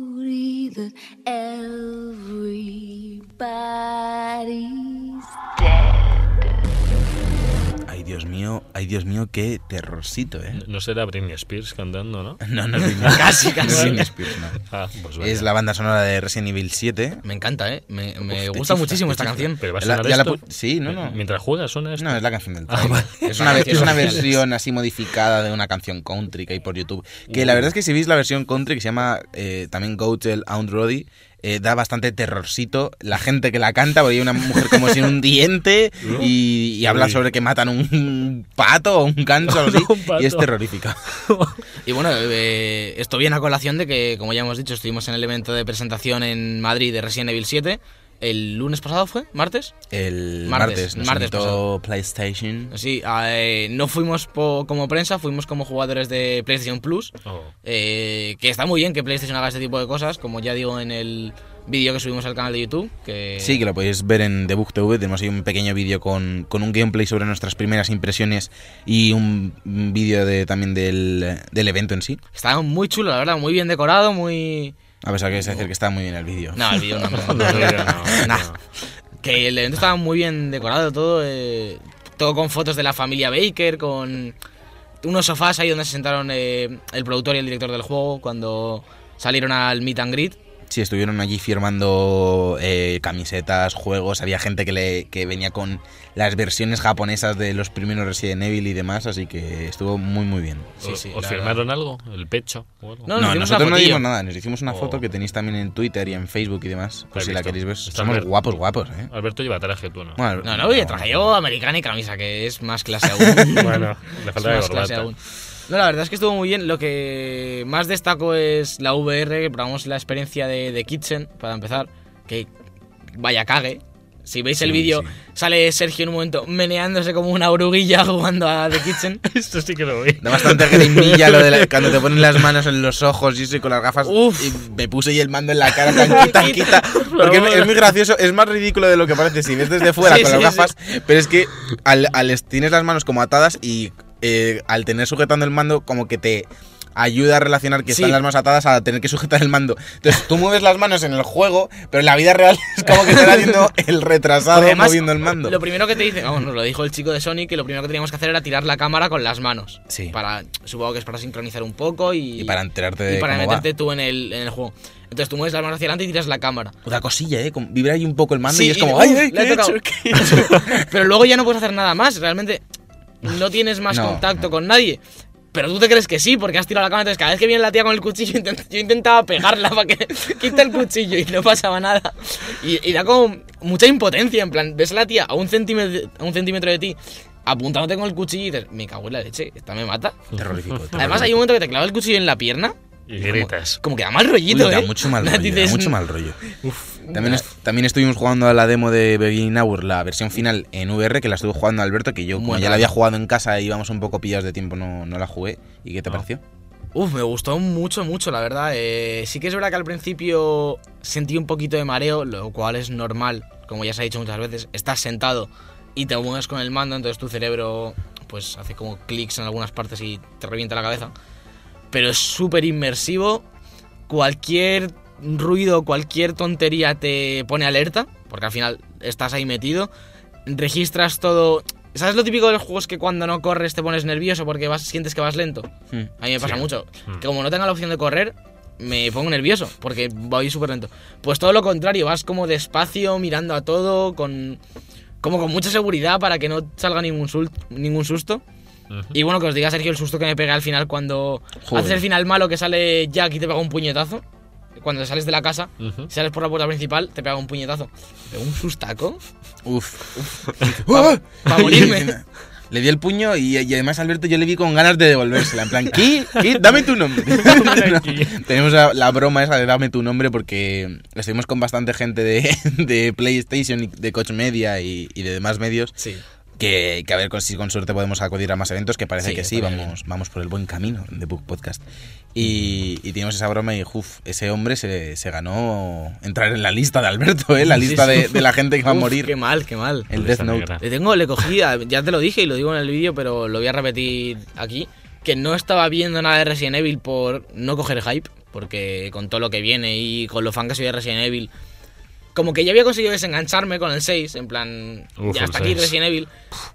that everybody's Ay, Dios mío, ay, Dios mío, qué terrorcito, ¿eh? No será Britney Spears cantando, ¿no? No, no, no, casi, casi. Ah, pues vaya. Es la banda sonora de Resident Evil 7. Me encanta, ¿eh? Me, me Uf, te gusta chiflas, muchísimo te esta chiflas. canción. Pero va a La- sonar ya la esto. pu- sí, no, no. Mientras juegas suena esto. No, es la canción del Ah, trailer. vale. Es una, ve- es una Vale. versión así modificada de una canción country que hay por YouTube. Que Mm. la verdad es que si veis la versión country que se llama eh, también Go Tell Aunt Roddy, eh, da bastante terrorcito la gente que la canta, porque hay una mujer como sin un diente y, y habla Uy. sobre que matan un pato o un ganso o algo así, Un pato. y es terrorífica. Y bueno, eh, esto viene a colación de que, como ya hemos dicho, estuvimos en el evento de presentación en Madrid de Resident Evil 7. ¿El lunes pasado fue? ¿Martes? El martes, Martes, nos martes invitó pasado. PlayStation. Sí, eh, no fuimos po- como prensa, fuimos como jugadores de PlayStation Plus. Oh. eh, que está muy bien que PlayStation haga este tipo de cosas, como ya digo en el vídeo que subimos al canal de YouTube. Que Sí, que lo podéis ver en Debug TV. Tenemos ahí un pequeño vídeo con, con un gameplay sobre nuestras primeras impresiones y un un vídeo de, también del, del evento en sí. Estaba muy chulo, la verdad, muy bien decorado, muy... A pesar que es decir que está muy bien el vídeo. No, el vídeo no. No, no, no, no. Nah. Que el evento estaba muy bien decorado, todo, eh, todo con fotos de la familia Baker, con unos sofás ahí donde se sentaron eh, el productor y el director del juego cuando salieron al meet and greet. Sí, estuvieron allí firmando eh, camisetas, juegos. Había gente que, le, que venía con las versiones japonesas de los primeros Resident Evil y demás. Así que estuvo muy, muy bien. Sí, sí, ¿Os la firmaron algo? ¿El pecho? o algo? No, nos hicimos una No, nosotros no fotillo. dimos nada, nos hicimos una foto Oh. que tenéis también en Twitter y en Facebook y demás. La he Pues si la visto. queréis ver, Está somos bien. guapos, guapos, ¿eh? Alberto lleva traje, tú no. Bueno, No, no, yo traje yo americana y camisa, que es más clase aún. Bueno, le Es falta de más clase corbata. aún. No, la verdad es que estuvo muy bien. Lo que más destaco es la VR, que probamos la experiencia de, de Kitchen, para empezar. Que vaya cague. Si veis el Sí, vídeo, sí. sale Sergio en un momento meneándose como una oruguilla jugando a The Kitchen. Esto sí que lo vi. Da bastante grimilla lo de la- cuando te ponen las manos en los ojos y eso y con las gafas. Uf. Y me puse y el mando en la cara tan tanquita. Porque es, es muy gracioso, es más ridículo de lo que parece si ves desde fuera Sí, con sí, las sí. gafas. Pero es que al, al est- tienes las manos como atadas y eh, al tener sujetando el mando como que te ayuda a relacionar que Sí. están las manos atadas a tener que sujetar el mando. Entonces tú mueves las manos en el juego, pero en la vida real es como que te está haciendo el retrasado Porque además, moviendo el mando. Lo primero que te dice, vamos, nos lo dijo el chico de Sony, que lo primero que teníamos que hacer era tirar la cámara con las manos. Sí. Para, supongo que es para sincronizar un poco y, Y para enterarte de y para cómo va. meterte tú en el, en el juego. Entonces tú mueves las manos hacia adelante y tiras la cámara. Una cosilla, ¿eh? Como vibra ahí un poco el mando Sí, y es como, y- ¡ay, ¡Uf! Le ay! ¿qué he he hecho? tocado. Pero luego ya no puedes hacer nada más, realmente no tienes más No, contacto no. con nadie. Pero tú te crees que sí, porque has tirado la cama. Entonces, cada vez que viene la tía con el cuchillo, intent- yo intentaba pegarla para que quita el cuchillo y no pasaba nada. Y, y da como mucha impotencia. En plan, ves a la tía a un, centímetro, a un centímetro de ti apuntándote con el cuchillo y dices, me cago en la leche, esta me mata. Terrorífico. Además, hay un momento que te clava el cuchillo en la pierna. Y como- gritas. Como, que da mal rollito, Uy, da ¿eh? mucho mal rollo, da Dices, mucho mal rollo. También, est- también estuvimos jugando a la demo de Begin Hour, la versión final en VR, que la estuvo jugando Alberto, que yo como Muy ya raro. la había jugado en casa y íbamos un poco pillados de tiempo, no, no la jugué. ¿Y qué te No. pareció? Uf, me gustó mucho, mucho, la verdad. Eh, sí que es verdad que al principio sentí un poquito de mareo, lo cual es normal. Como ya se ha dicho muchas veces, estás sentado y te mueves con el mando, entonces tu cerebro pues hace como clics en algunas partes y te revienta la cabeza. Pero es súper inmersivo. Cualquier ruido, cualquier tontería te pone alerta, porque al final estás ahí metido. Registras todo. ¿Sabes lo típico de los juegos que cuando no corres te pones nervioso porque vas, sientes que vas lento? A mí me pasa Sí. mucho. Mm. Que como no tenga la opción de correr, me pongo nervioso, porque voy súper lento. Pues todo lo contrario, vas como despacio, mirando a todo, con. Como con mucha seguridad para que no salga ningún, sul- ningún susto. Ujú. Y bueno, que os diga Sergio el susto que me pega al final cuando Joder. haces el final malo que sale Jack y te pega un puñetazo. Cuando sales de la casa, Ujú. sales por la puerta principal, te pega un puñetazo. Me pegó un sustaco Uf. para morirme. Le di el puño y, y además Alberto yo le vi con ganas de devolvérsela. En plan, ¿qué? ¿Qué? Dame tu nombre. aquí. Tenemos la, la broma esa de dame tu nombre porque estuvimos con bastante gente de, de PlayStation, y de Coach Media y, y de demás medios. Sí. Que, que a ver con- si con suerte podemos acudir a más eventos, que parece Sí, que sí, estaría vamos, vamos por el buen camino de Book Podcast. Y, Mm. y tenemos esa broma y, uff, ese hombre se, se ganó entrar en la lista de Alberto, ¿eh? la Sí, lista sí. de, de la gente que va a Uf, morir. Qué mal, qué mal. el Lista Death Note. negra. Le tengo, le cogí, a- ya te lo dije y lo digo en el vídeo, pero lo voy a repetir aquí, que no estaba viendo nada de Resident Evil por no coger hype, porque con todo lo que viene y con lo fan que soy de Resident Evil, como que ya había conseguido desengancharme con el 6, en plan, Uf, ya el hasta aquí 6. Resident Evil,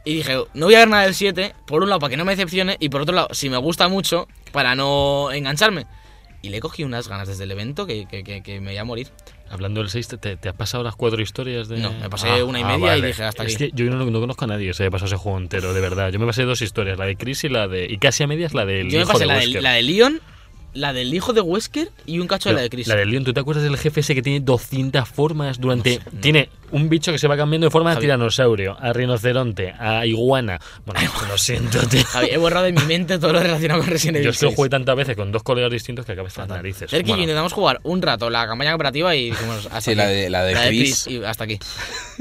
y dije, no voy a ver nada del 7, por un lado para que no me decepcione, y por otro lado, si me gusta mucho, para no engancharme. Y le cogí unas ganas desde el evento que, que- que- que me voy a morir. Hablando del 6, ¿te, te has pasado las cuatro historias de.? No, me pasé una y media y dije, hasta Es aquí. que yo no, no conozco a nadie que se haya pasado ese juego entero, de verdad. Yo me pasé dos historias, la de Chris y la de. Y casi a medias la del. Yo me hijo pasé de la, de, Wesker. la de Leon, la del hijo de Wesker y un cacho de la de Pero, Chris. La de Leon, ¿tú te acuerdas del jefe ese que tiene 200 formas durante. Tiene un bicho que se va cambiando de forma a Javi. tiranosaurio, a rinoceronte, a iguana. Bueno, lo siento, tío. Javi, he borrado de mi mente todo lo relacionado con Resident Evil. Yo es que lo 6. jugué tantas veces con dos colegas distintos que acabé estas narices. Cerqui y yo Bueno, intentamos jugar un rato la campaña cooperativa y dijimos hasta Sí, aquí. la de- la de Chris. y hasta aquí.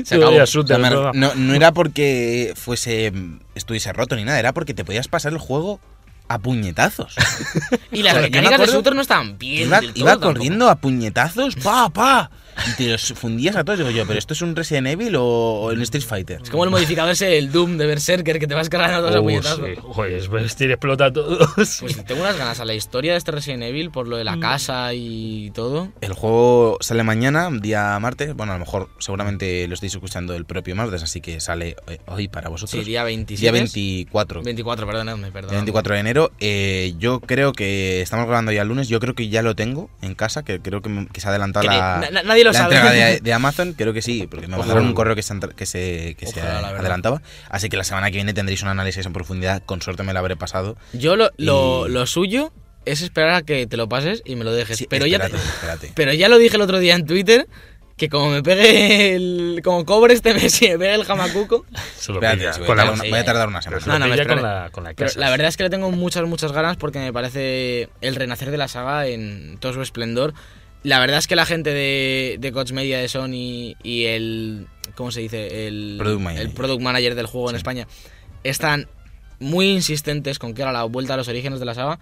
Se tú acabó. eres O sea, shooter, me- ¿no? no, no era porque fuese estuviese roto ni nada, era porque te podías pasar el juego a puñetazos. Y las Joder, yo me mecánicas de acuerdo- shooter no estaban bien. iba del todo iba tampoco. corriendo a puñetazos, pa, pa. Y te los fundías a todos. Digo yo, ¿pero esto es un Resident Evil o, o un Street Fighter? Es como el modificador ese del Doom de Berserker que te vas cargando todos a Uh, puñetazos. sí. Joder, es bestia, explota a todos. Pues tengo unas ganas a la historia de este Resident Evil por lo de la casa y todo. El juego sale mañana, día martes. Bueno, a lo mejor seguramente lo estáis escuchando el propio martes, así que sale eh, hoy para Sí, vosotros. día 27. Día 24. 24, perdonadme, El perdón. 24 de enero. eh, yo creo que estamos grabando ya el lunes. Yo creo que ya lo tengo en casa. Que creo que, me- que se ha adelantado Que la, na- na- nadie lo la sabe. entrega de, de Amazon. Creo que sí, porque me mandaron Ojalá. un correo que se, han tra- que se, que se Ojalá, la verdad. adelantaba. Así que la semana que viene tendréis un análisis en profundidad. Con suerte me lo habré pasado. Yo lo, lo, Y- lo suyo es esperar a que te lo pases y me lo dejes. Sí, pero, espérate, ya te- Pues espérate. pero ya lo dije el otro día en Twitter, que como me pegue el... Como cobre este mes y me pegue el jamacuco... Se lo Espérate, pilla. sí, voy, Con a la tardar mano- una- voy a tardar una semana. Se lo No, no, pilla me con espera. la, con la Pero casa. la verdad es que le tengo muchas, muchas ganas porque me parece el renacer de la saga en todo su esplendor. La verdad es que la gente de, de Coach Media, de Sony y el... ¿Cómo se dice? El Product manager. el product manager del juego en España. Están muy insistentes con que era la vuelta a los orígenes de la saga.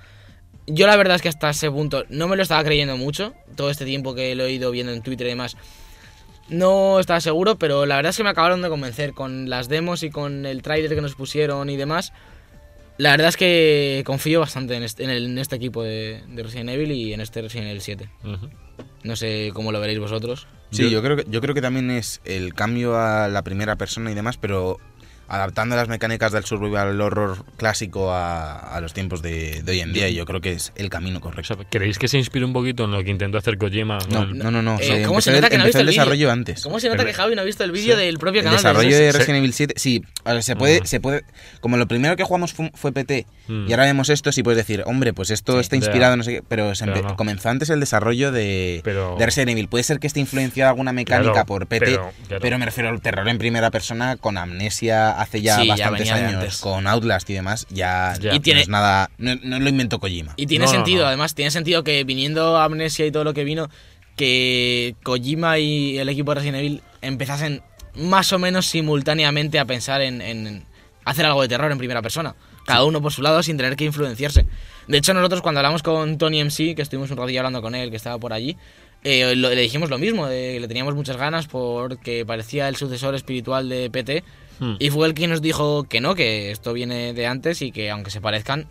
Yo la verdad es que hasta ese punto no me lo estaba creyendo mucho. Todo este tiempo que lo he ido viendo en Twitter y demás. No estaba seguro, pero la verdad es que me acabaron de convencer con las demos y con el tráiler que nos pusieron y demás. La verdad es que confío bastante en este, en el- en este equipo de, de Resident Evil y en este Resident Evil 7. Ujú. No sé cómo lo veréis vosotros. Sí, yo creo, que, yo creo que también es el cambio a la primera persona y demás, pero adaptando las mecánicas del survival horror clásico a, a los tiempos de, de hoy en día y yo creo que es el camino O correcto. sea, ¿Creéis que se inspire un poquito en lo que intentó hacer Kojima? No, El- no, no, no. Eh, o sea, ¿cómo empezó se nota el- que no ha visto empezó el el vídeo? desarrollo antes. ¿Cómo se nota que Javi no ha visto el vídeo Sí. del propio El canal? desarrollo Netflix? de Sí. Resident Evil 7, sí, a ver, se puede, Mm. se puede, como lo primero que jugamos fu- fue, PT Mm. y ahora vemos esto, sí puedes decir, hombre, pues esto está inspirado, ya. no sé qué, pero, se Pero empe- no. comenzó antes el desarrollo de, Pero- de Resident Evil. Puede ser que esté influenciada alguna mecánica Claro, por PT, pero- claro. pero me refiero al terror en primera persona con Amnesia hace ya Sí, ya bastantes venía de años, antes. con Outlast y demás, ya, Ya. no Y tiene- es nada, no, no lo inventó Kojima. Y tiene No, no, sentido, no. además, tiene sentido que viniendo Amnesia y todo lo que vino, que Kojima y el equipo de Resident Evil empezasen más o menos simultáneamente a pensar en, en hacer algo de terror en primera persona. Cada uno por su lado sin tener que influenciarse. De hecho, nosotros cuando hablamos con Tony MC, que estuvimos un ratillo hablando con él, que estaba por allí, eh, lo- le dijimos lo mismo, de que le teníamos muchas ganas porque parecía el sucesor espiritual de PT. Hmm. Y fue el que nos dijo que no, que esto viene de antes y que aunque se parezcan,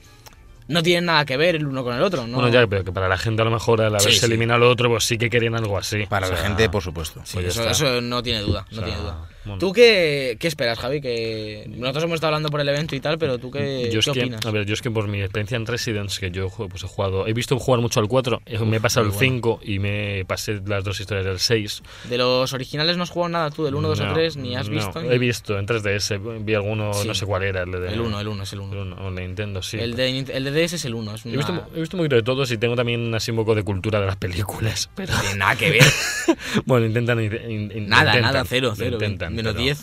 no tienen nada que ver el uno con el otro. ¿no? Bueno, ya, pero que para la gente a lo mejor al haberse sí. eliminado lo otro, pues sí que querían algo así. Para O la sea, gente, por supuesto. Sí, Pues ya eso, está. eso no tiene duda, no O sea, tiene duda. bueno. ¿Tú qué, qué esperas, Javi? Que nosotros hemos estado hablando por el evento y tal, pero ¿tú qué, Yo es qué que, opinas? a ver, yo es que por mi experiencia en Residence, que yo jue- pues, he jugado, he visto jugar mucho al 4, eh, me he pasado el muy bueno. 5 y me pasé las dos historias del 6. De los originales no has jugado nada tú, del 1, 2 No, o 3, ni has no, visto. ni- He visto en 3DS, vi alguno, Sí. no sé cuál era, el de El 1, el 1 es el 1. uno, o Nintendo, sí. El de, el de DS es el 1, es He visto, una- he visto un poquito de todos y tengo también así un poco de cultura de las películas, pero No tiene nada que ver. bueno, intentan... in- in- Nada, intentan, nada, cero, lo cero. intentan, menos pero- 10.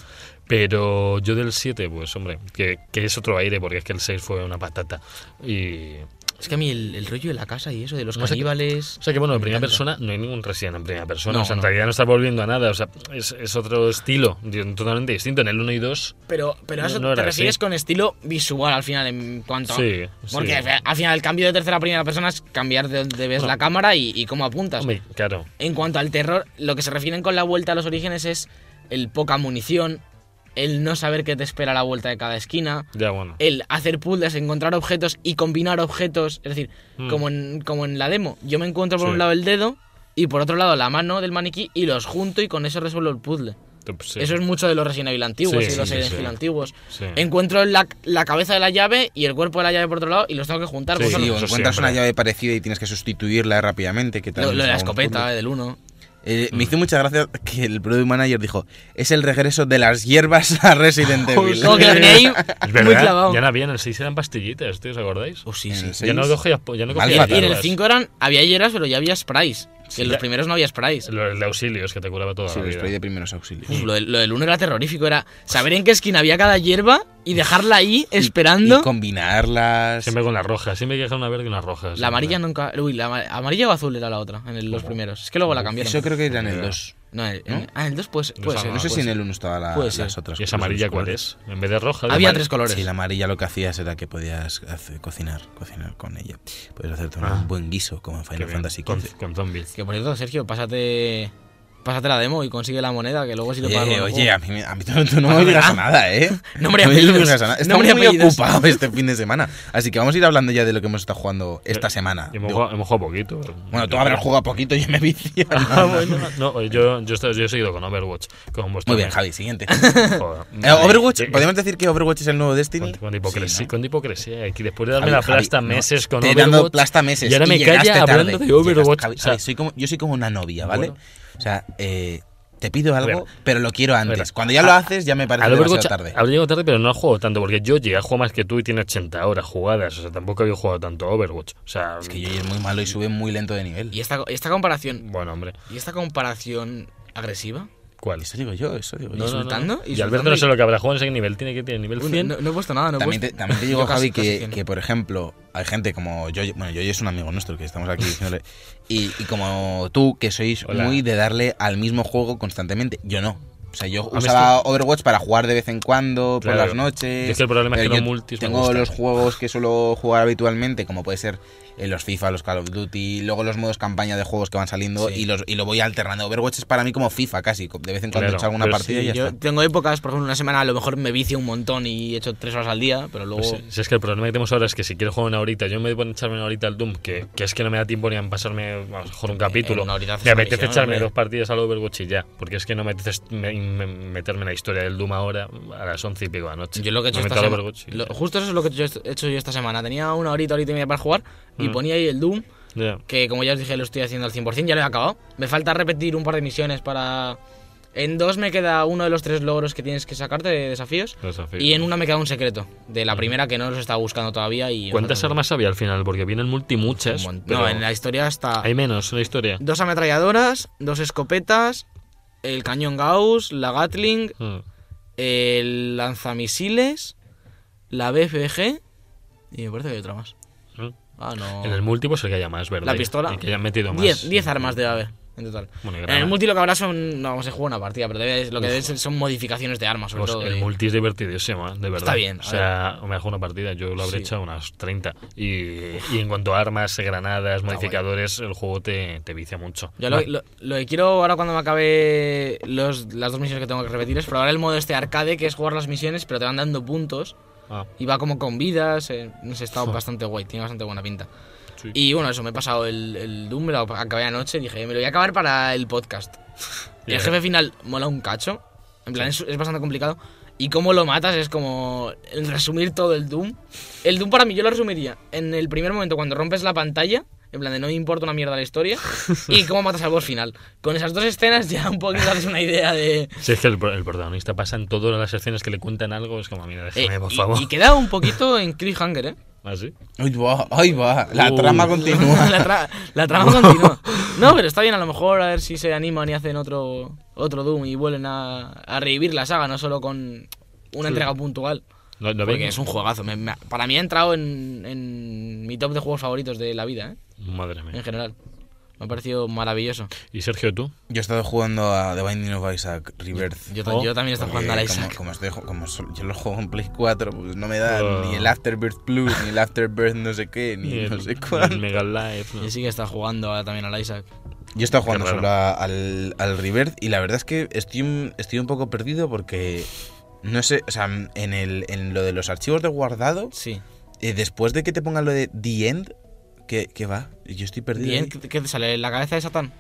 Pero yo del 7, pues hombre, que, que es otro aire, porque es que el 6 fue una patata. Y. Es que a mí el, el rollo de la casa y eso, de los No sé qué- caníbales... O sea que bueno, en Me primera encanta. persona no hay ningún Resident en primera persona. No, o sea, en no. realidad no estás volviendo a nada. O sea, es, es otro estilo di- totalmente distinto. En el 1 y 2. Pero, pero No- eso no te era refieres así. con estilo visual al final, en cuanto. a- Sí, Porque sí. al- al final el cambio de tercera a primera persona es cambiar de dónde ves Bueno. la cámara y, y cómo apuntas. Hombre, claro. En cuanto al terror, lo que se refieren con la vuelta a los orígenes es el poca munición, el no saber qué te espera a la vuelta de cada esquina, Ya bueno. el hacer puzzles, encontrar objetos y combinar objetos. Es decir, Mm. como, en, como en la demo, yo me encuentro por Sí. un lado el dedo y por otro lado la mano del maniquí y los junto y con eso resuelvo el puzzle. Pues, sí. Eso es mucho de los Resident Evil antiguos Sí, y de los sí, sí, Silent sí. Hill antiguos. Sí. Encuentro la, la cabeza de la llave y el cuerpo de la llave por otro lado y los tengo que juntar. Sí, pues Sí, son- o eso encuentras siempre. una llave parecida y tienes que sustituirla rápidamente. Que lo, también lo de la es algo escopeta absurdo. eh, del 1. Eh, Me hizo mucha gracia que el product manager dijo: Es el regreso de las hierbas a Resident Evil. Como que lo tenía ahí Es muy verdad, clavado. Ya no había en el 6 eran pastillitas, tío, ¿os acordáis? Oh, sí, En sí. el Ya no seis. cogías. po- Ya no Mal cogías Y en el hierbas. 5 eran, había hieras, pero ya había sprays. Que en los ya. primeros no había sprays. Lo- El de auxilios que te curaba toda Sí, la el vida. spray de primeros auxilios. Mm. Uf, lo, del- lo del 1 era terrorífico, era saber en qué esquina había cada hierba y dejarla ahí esperando. Y combinarlas. Siempre con las rojas. Siempre hay que dejar una verde y unas rojas. La amarilla siempre. nunca. Uy, la ama- amarilla o azul era la otra en el- los primeros. Es que luego la cambiaron. Oh. Eso creo que era en el 2. No, en- en- ah, en el 2 pues, No puede sé, ser. No sé puede si en ser. el 1 estaban la- Puede las ser. otras. ¿Y esa los amarilla otros cuál colores. es? En vez de roja. de Había amar- tres colores. Sí, la amarilla lo que hacías era que podías hacer- cocinar, cocinar con ella. Podías hacerte un Ah. buen guiso como en Qué Final bien, Fantasy Con, XV. con zombies. Que por cierto, Sergio, pásate, pásate la demo y consigue la moneda, que luego si lo pagas. Oye, bueno, oye, juego. a mí, me- a mí tú, tú no me obligas a nada, ¿eh? Ah, Nombre y No me apellidos. obligas a nada. Estamos Nombre y muy apellidos. ocupados este fin de semana. Así que vamos a ir hablando ya de lo que hemos estado jugando esta semana. Y Hemos Digo, jugado, hemos jugado poquito. Ah, Bueno, tú habrás jugado poquito, yo me he viciado. Ah, bueno. No, yo, yo, estoy- yo he seguido con Overwatch. Con vosotros. Muy bien, Javi, siguiente. Joder. Eh, Overwatch, Eh, eh, ¿podemos decir que Overwatch es el nuevo Destiny? Con, con hipocresía, Sí, ¿no? con hipocresía. aquí después de darme Javi, la plasta Javi, no, meses con te he Overwatch. dado plasta meses. Y ahora me llegaste calla hablando tarde. de Overwatch. Llegaste- Javi, o sea, Javi, soy como, yo soy como una novia, ¿vale? Bueno. O sea, eh, te pido algo, Mira. pero lo quiero antes. Mira. Cuando ya lo haces, ya me parece al Overwatch demasiado tarde. habré llegado tarde, pero no he jugado tanto. Porque yo llegué a jugar más que tú y tiene 80 horas jugadas. O sea, tampoco había jugado tanto a Overwatch. O sea, Es que yo es muy malo y sube muy lento de nivel. Y esta, y esta comparación. bueno, hombre, ¿Y esta comparación agresiva? ¿cuál? Eso digo yo, eso digo yo. No, no, no. insultando, Y insultando Alberto no y- sé lo que habrá jugado en ese nivel. Tiene que tener nivel Uy, 100. No, no he puesto nada, no he También te, puesto. también te digo, Yo casi- Javi, casi que, cien. que, por ejemplo, hay gente como yo, bueno, yo es un amigo nuestro que estamos aquí diciéndole, y, y como tú, que sois Hola. muy de darle al mismo juego constantemente. Yo no. O sea, yo A mí usaba Overwatch para jugar de vez en cuando, por Claro. las noches. Yo es que el problema es pero que los yo multis me Tengo gustan. los juegos que suelo jugar habitualmente, como puede ser eh, los FIFA, los Call of Duty, luego los modos campaña de juegos que van saliendo Sí. y, los, y lo voy alternando. Overwatch es para mí como FIFA casi. De vez en cuando Claro, echo alguna pero partida sí, y ya Yo está. tengo épocas, por ejemplo, una semana a lo mejor me vicio un montón y he hecho tres horas al día, pero luego. Pues sí, si es que el problema que tenemos ahora es que si quiero jugar una horita, yo me voy a echarme una horita al Doom, que, que es que no me da tiempo ni a pasarme a lo mejor un capítulo. Eh, una horita haces me una apetece misión, echarme hombre. dos partidas al Overwatch y ya, porque es que no me apetece me- y me- meterme en la historia del Doom ahora a las once y pico de la noche. Yo lo que he hecho Me esta meto al sema- Overwatch y lo- ya. justo eso es lo que yo he hecho yo esta semana. Tenía una horita, horita y media para jugar y Mm. ponía ahí el Doom, Ya. que como ya os dije lo estoy haciendo al 100%, ya lo he acabado. Me falta repetir un par de misiones para... En dos me queda uno de los tres logros que tienes que sacarte de desafíos. Desafío. Y en una me queda un secreto, de la primera que no los estaba buscando todavía y... me ¿Cuántas falta un- armas había al final? Porque viene el multi muchas. un mon- pero No, en la historia está... Hay menos en la historia. Dos ametralladoras, dos escopetas, el cañón Gauss, la Gatling, Mm. el lanzamisiles, la BFG y me parece que hay otra más. Mm. Ah, no. En el multi pues el que haya más, ¿verdad? la pistola. El que hayan metido más. 10 10 armas debe haber en total. Bueno, y en grana. el multi lo que habrá son. No, se juega una partida, pero debe- lo que Uf. debe ser son modificaciones de armas, sobre Pues todo. el y- multi es divertidísimo, ¿eh? de verdad. bien, a O sea, me dejó una partida, yo lo habré Sí. echado unas 30. Y, y en cuanto a armas, granadas, modificadores, el juego te, te vicia mucho. Yo lo, Vale. lo- lo que quiero ahora cuando me acabe los, las dos misiones que tengo que repetir es probar el modo este arcade que es jugar las misiones pero te van dando puntos Ah, y va como con vidas, eh, no sé, está Fua. bastante guay, tiene bastante buena pinta. sí. Y bueno, eso, me he pasado el, el Doom, me lo acabé anoche, dije, me lo voy a acabar para el podcast. Y el Ya. jefe final mola un cacho, en plan, es, es bastante complicado. Y cómo lo matas es como el resumir todo el Doom. El Doom para mí yo lo resumiría en el primer momento cuando rompes la pantalla, en plan de no me importa una mierda la historia, y cómo matas al boss final. Con esas dos escenas ya un poquito haces una idea de... Si es que el, pro- el protagonista pasa en todas las escenas que le cuentan algo, es como, mira, déjame, Eh, por y- favor. y, queda un poquito en cliffhanger, ¿eh? ¿Ah, sí? Ay, va, ay, va. La Uh. trama continúa. la, tra- la trama continúa. No, pero está bien, a lo mejor a ver si se animan y hacen otro, otro Doom y vuelven a, a revivir la saga, no solo con una entrega puntual. ¿Lo, lo Porque ven? es un juegazo. me- me ha- para mí ha entrado en, en mi top de juegos favoritos de la vida, ¿eh? Madre en mía. general. Me ha parecido maravilloso. ¿Y Sergio, tú? Yo he estado jugando a The Binding of Isaac Rebirth. Yo, Oh, yo también estoy Porque jugando a la como- Isaac. Como, estoy ju- como sol- yo lo juego en Play 4, pues no me da Oh. Ah. ni el Afterbirth Plus, ni el Afterbirth no sé qué, ni Y el- no sé el cuál. Mega Life. ¿no? Yo sí que está jugando ahora también a la Isaac. Yo he estado jugando Qué raro. solo a- al, al Rebirth y la verdad es que estoy, un- estoy un poco perdido porque no sé, o sea, en, el, en lo de los archivos de guardado, Sí. eh, después de que te pongan lo de The End, ¿qué, qué va? Yo estoy perdido. Bien, ahí. ¿qué, qué te sale? ¿La cabeza de Satán?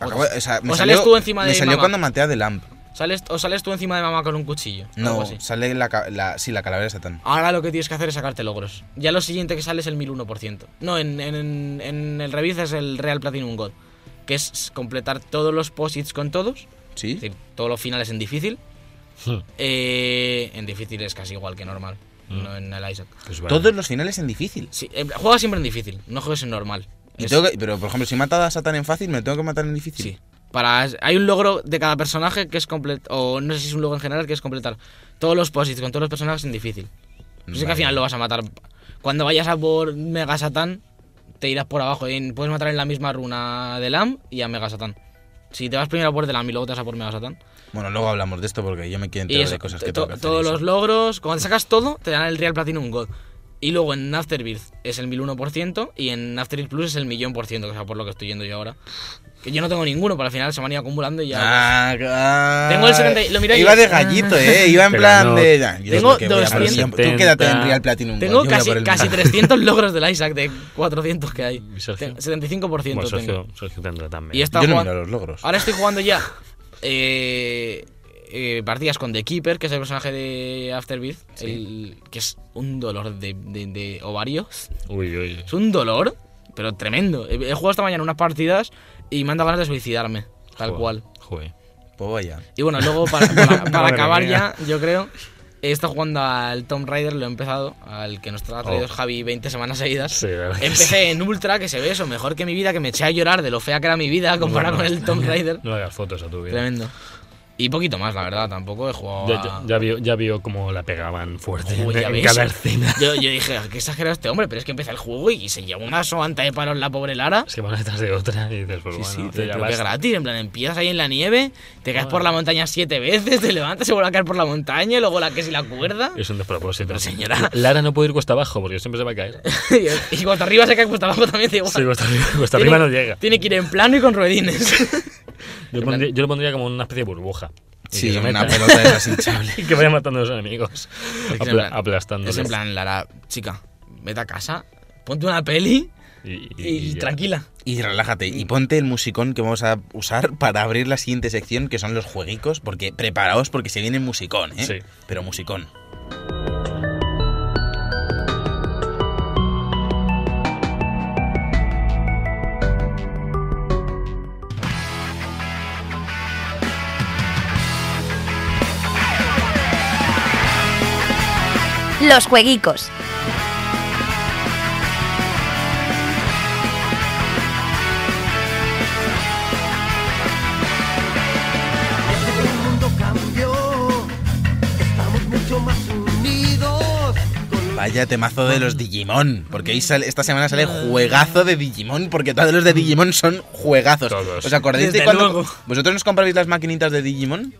Acabo- o sea, me o salió, sales tú encima me de salió mamá. cuando maté a The Lamp. ¿Sales, ¿O sales tú encima de mamá con un cuchillo? Algo No, así. sale la, ca- la, sí, la calavera de Satán. Ahora lo que tienes que hacer es sacarte logros. Ya lo siguiente que sale es el 1001%. No, en, en- en el Reviz es el Real Platinum God, que es completar todos los posits con todos, ¿Sí? es decir, todos los finales en difícil. Hmm. Eh, en difícil es casi igual que normal, Mm. no en el Isaac. Pues vale. Todos los finales en difícil. Sí, eh, juega siempre en difícil, no juegues en normal. Y Es- tengo que- pero, por ejemplo, si he matado a Satán en fácil, me tengo que matar en difícil. Sí. Para, hay un logro de cada personaje que es completar, o no sé si es un logro en general, que es completar todos los posits con todos los personajes en difícil. Pues es que Vale. al final lo vas a matar. Cuando vayas a por Mega Satán, te irás por abajo. y puedes matar en la misma runa de Lam y a Mega Satán. Si te vas primero a por de Lam y luego te vas a por Mega Satán. Bueno, luego hablamos de esto porque yo me Y quiero enterar eso, de cosas que to- tengo que hacer todos y los eso. logros, cuando te sacas todo, te dan el Real Platinum God. Y luego en Afterbirth es el 1001% y en Afterbirth Plus es el millón por ciento, que es a por lo que estoy yendo yo ahora. Que yo no tengo ninguno, pero al final se me han ido acumulando y ya. pues. Ah, ah, Tengo el 70 lo mira y- ah. Iba de gallito, eh. Iba en Pero plan no, de. nah, tengo yo creo que voy a por el 270. millón. Tú quédate en Real Platinum. Tengo God, yo voy a casi, por el casi millón. 300 logros del Isaac de 400 que hay. ¿Y Sergio? Te- 75% Bueno, tengo. Sergio, Sergio tendrá también. Y este- esta Yo no jugada- miro los logros. Ahora estoy jugando ya eh, eh, partidas con The Keeper, que es el personaje de Afterbirth, el- que es un dolor de, de- de ovarios. Uy, uy. Es un dolor, pero tremendo. He, he jugado esta mañana unas partidas y me han dado ganas de suicidarme, tal Joder, cual. Joder. Pues vaya. Y bueno, luego para, para- para Madre acabar mía. ya, yo creo, he estado jugando al Tomb Raider, lo he empezado, al que nos tra- ha traído Oh. Javi 20 semanas seguidas. Sí, la verdad que sí. Empecé en Ultra, que se ve eso, mejor que mi vida, que me eché a llorar de lo fea que era mi vida comparado Bueno, con el Tomb Raider. No le hagas fotos a tu vida. Tremendo. Y poquito más, la verdad, tampoco he jugado. Ya, a- ya, ya vio, ya vio cómo la pegaban fuerte Uy, en, Ah. ya en ves. cada escena. Yo, yo dije, "Ah, qué exagerado este hombre, pero es que empieza el juego y se lleva una soanta de palos la pobre Lara. Es que van detrás de otra y dices, pues Sí, sí, bueno, pero ya que basta. gratis, en plan, empiezas ahí en la nieve, te caes por la montaña siete veces, te levantas, se vuelve a caer por la montaña, y luego la que si la cuerda. Es un despropósito. Pero, señora. Lara no puede ir cuesta abajo porque siempre se va a caer. y cuando arriba se cae, cuesta abajo también te igual. Sí, cuesta arriba, cuesta Tiene- arriba no llega. Tiene que ir en plano y con ruedines. Yo, pondría- yo lo pondría como una especie de burbuja. Y que Sí, se una meta. pelota de las hinchables. Y que vaya matando a los enemigos. Es que en Apla- plan- aplastándolos. Es en plan, Lara, chica, vete a casa, ponte una peli Y, Y, y ya. tranquila. Y relájate, y ponte el musicón que vamos a usar para abrir la siguiente sección, que son los jueguicos, porque preparaos porque se viene musicón, ¿eh? Sí. Pero musicón. Los jueguicos. El mundo cambió, estamos mucho más unidos. Vaya temazo de los Digimon, porque hoy sale- esta semana sale juegazo de Digimon, porque todos los de Digimon son juegazos. Todos. ¿Os acordáis de Desde cuando luego. vosotros nos comprabais las maquinitas de Digimon?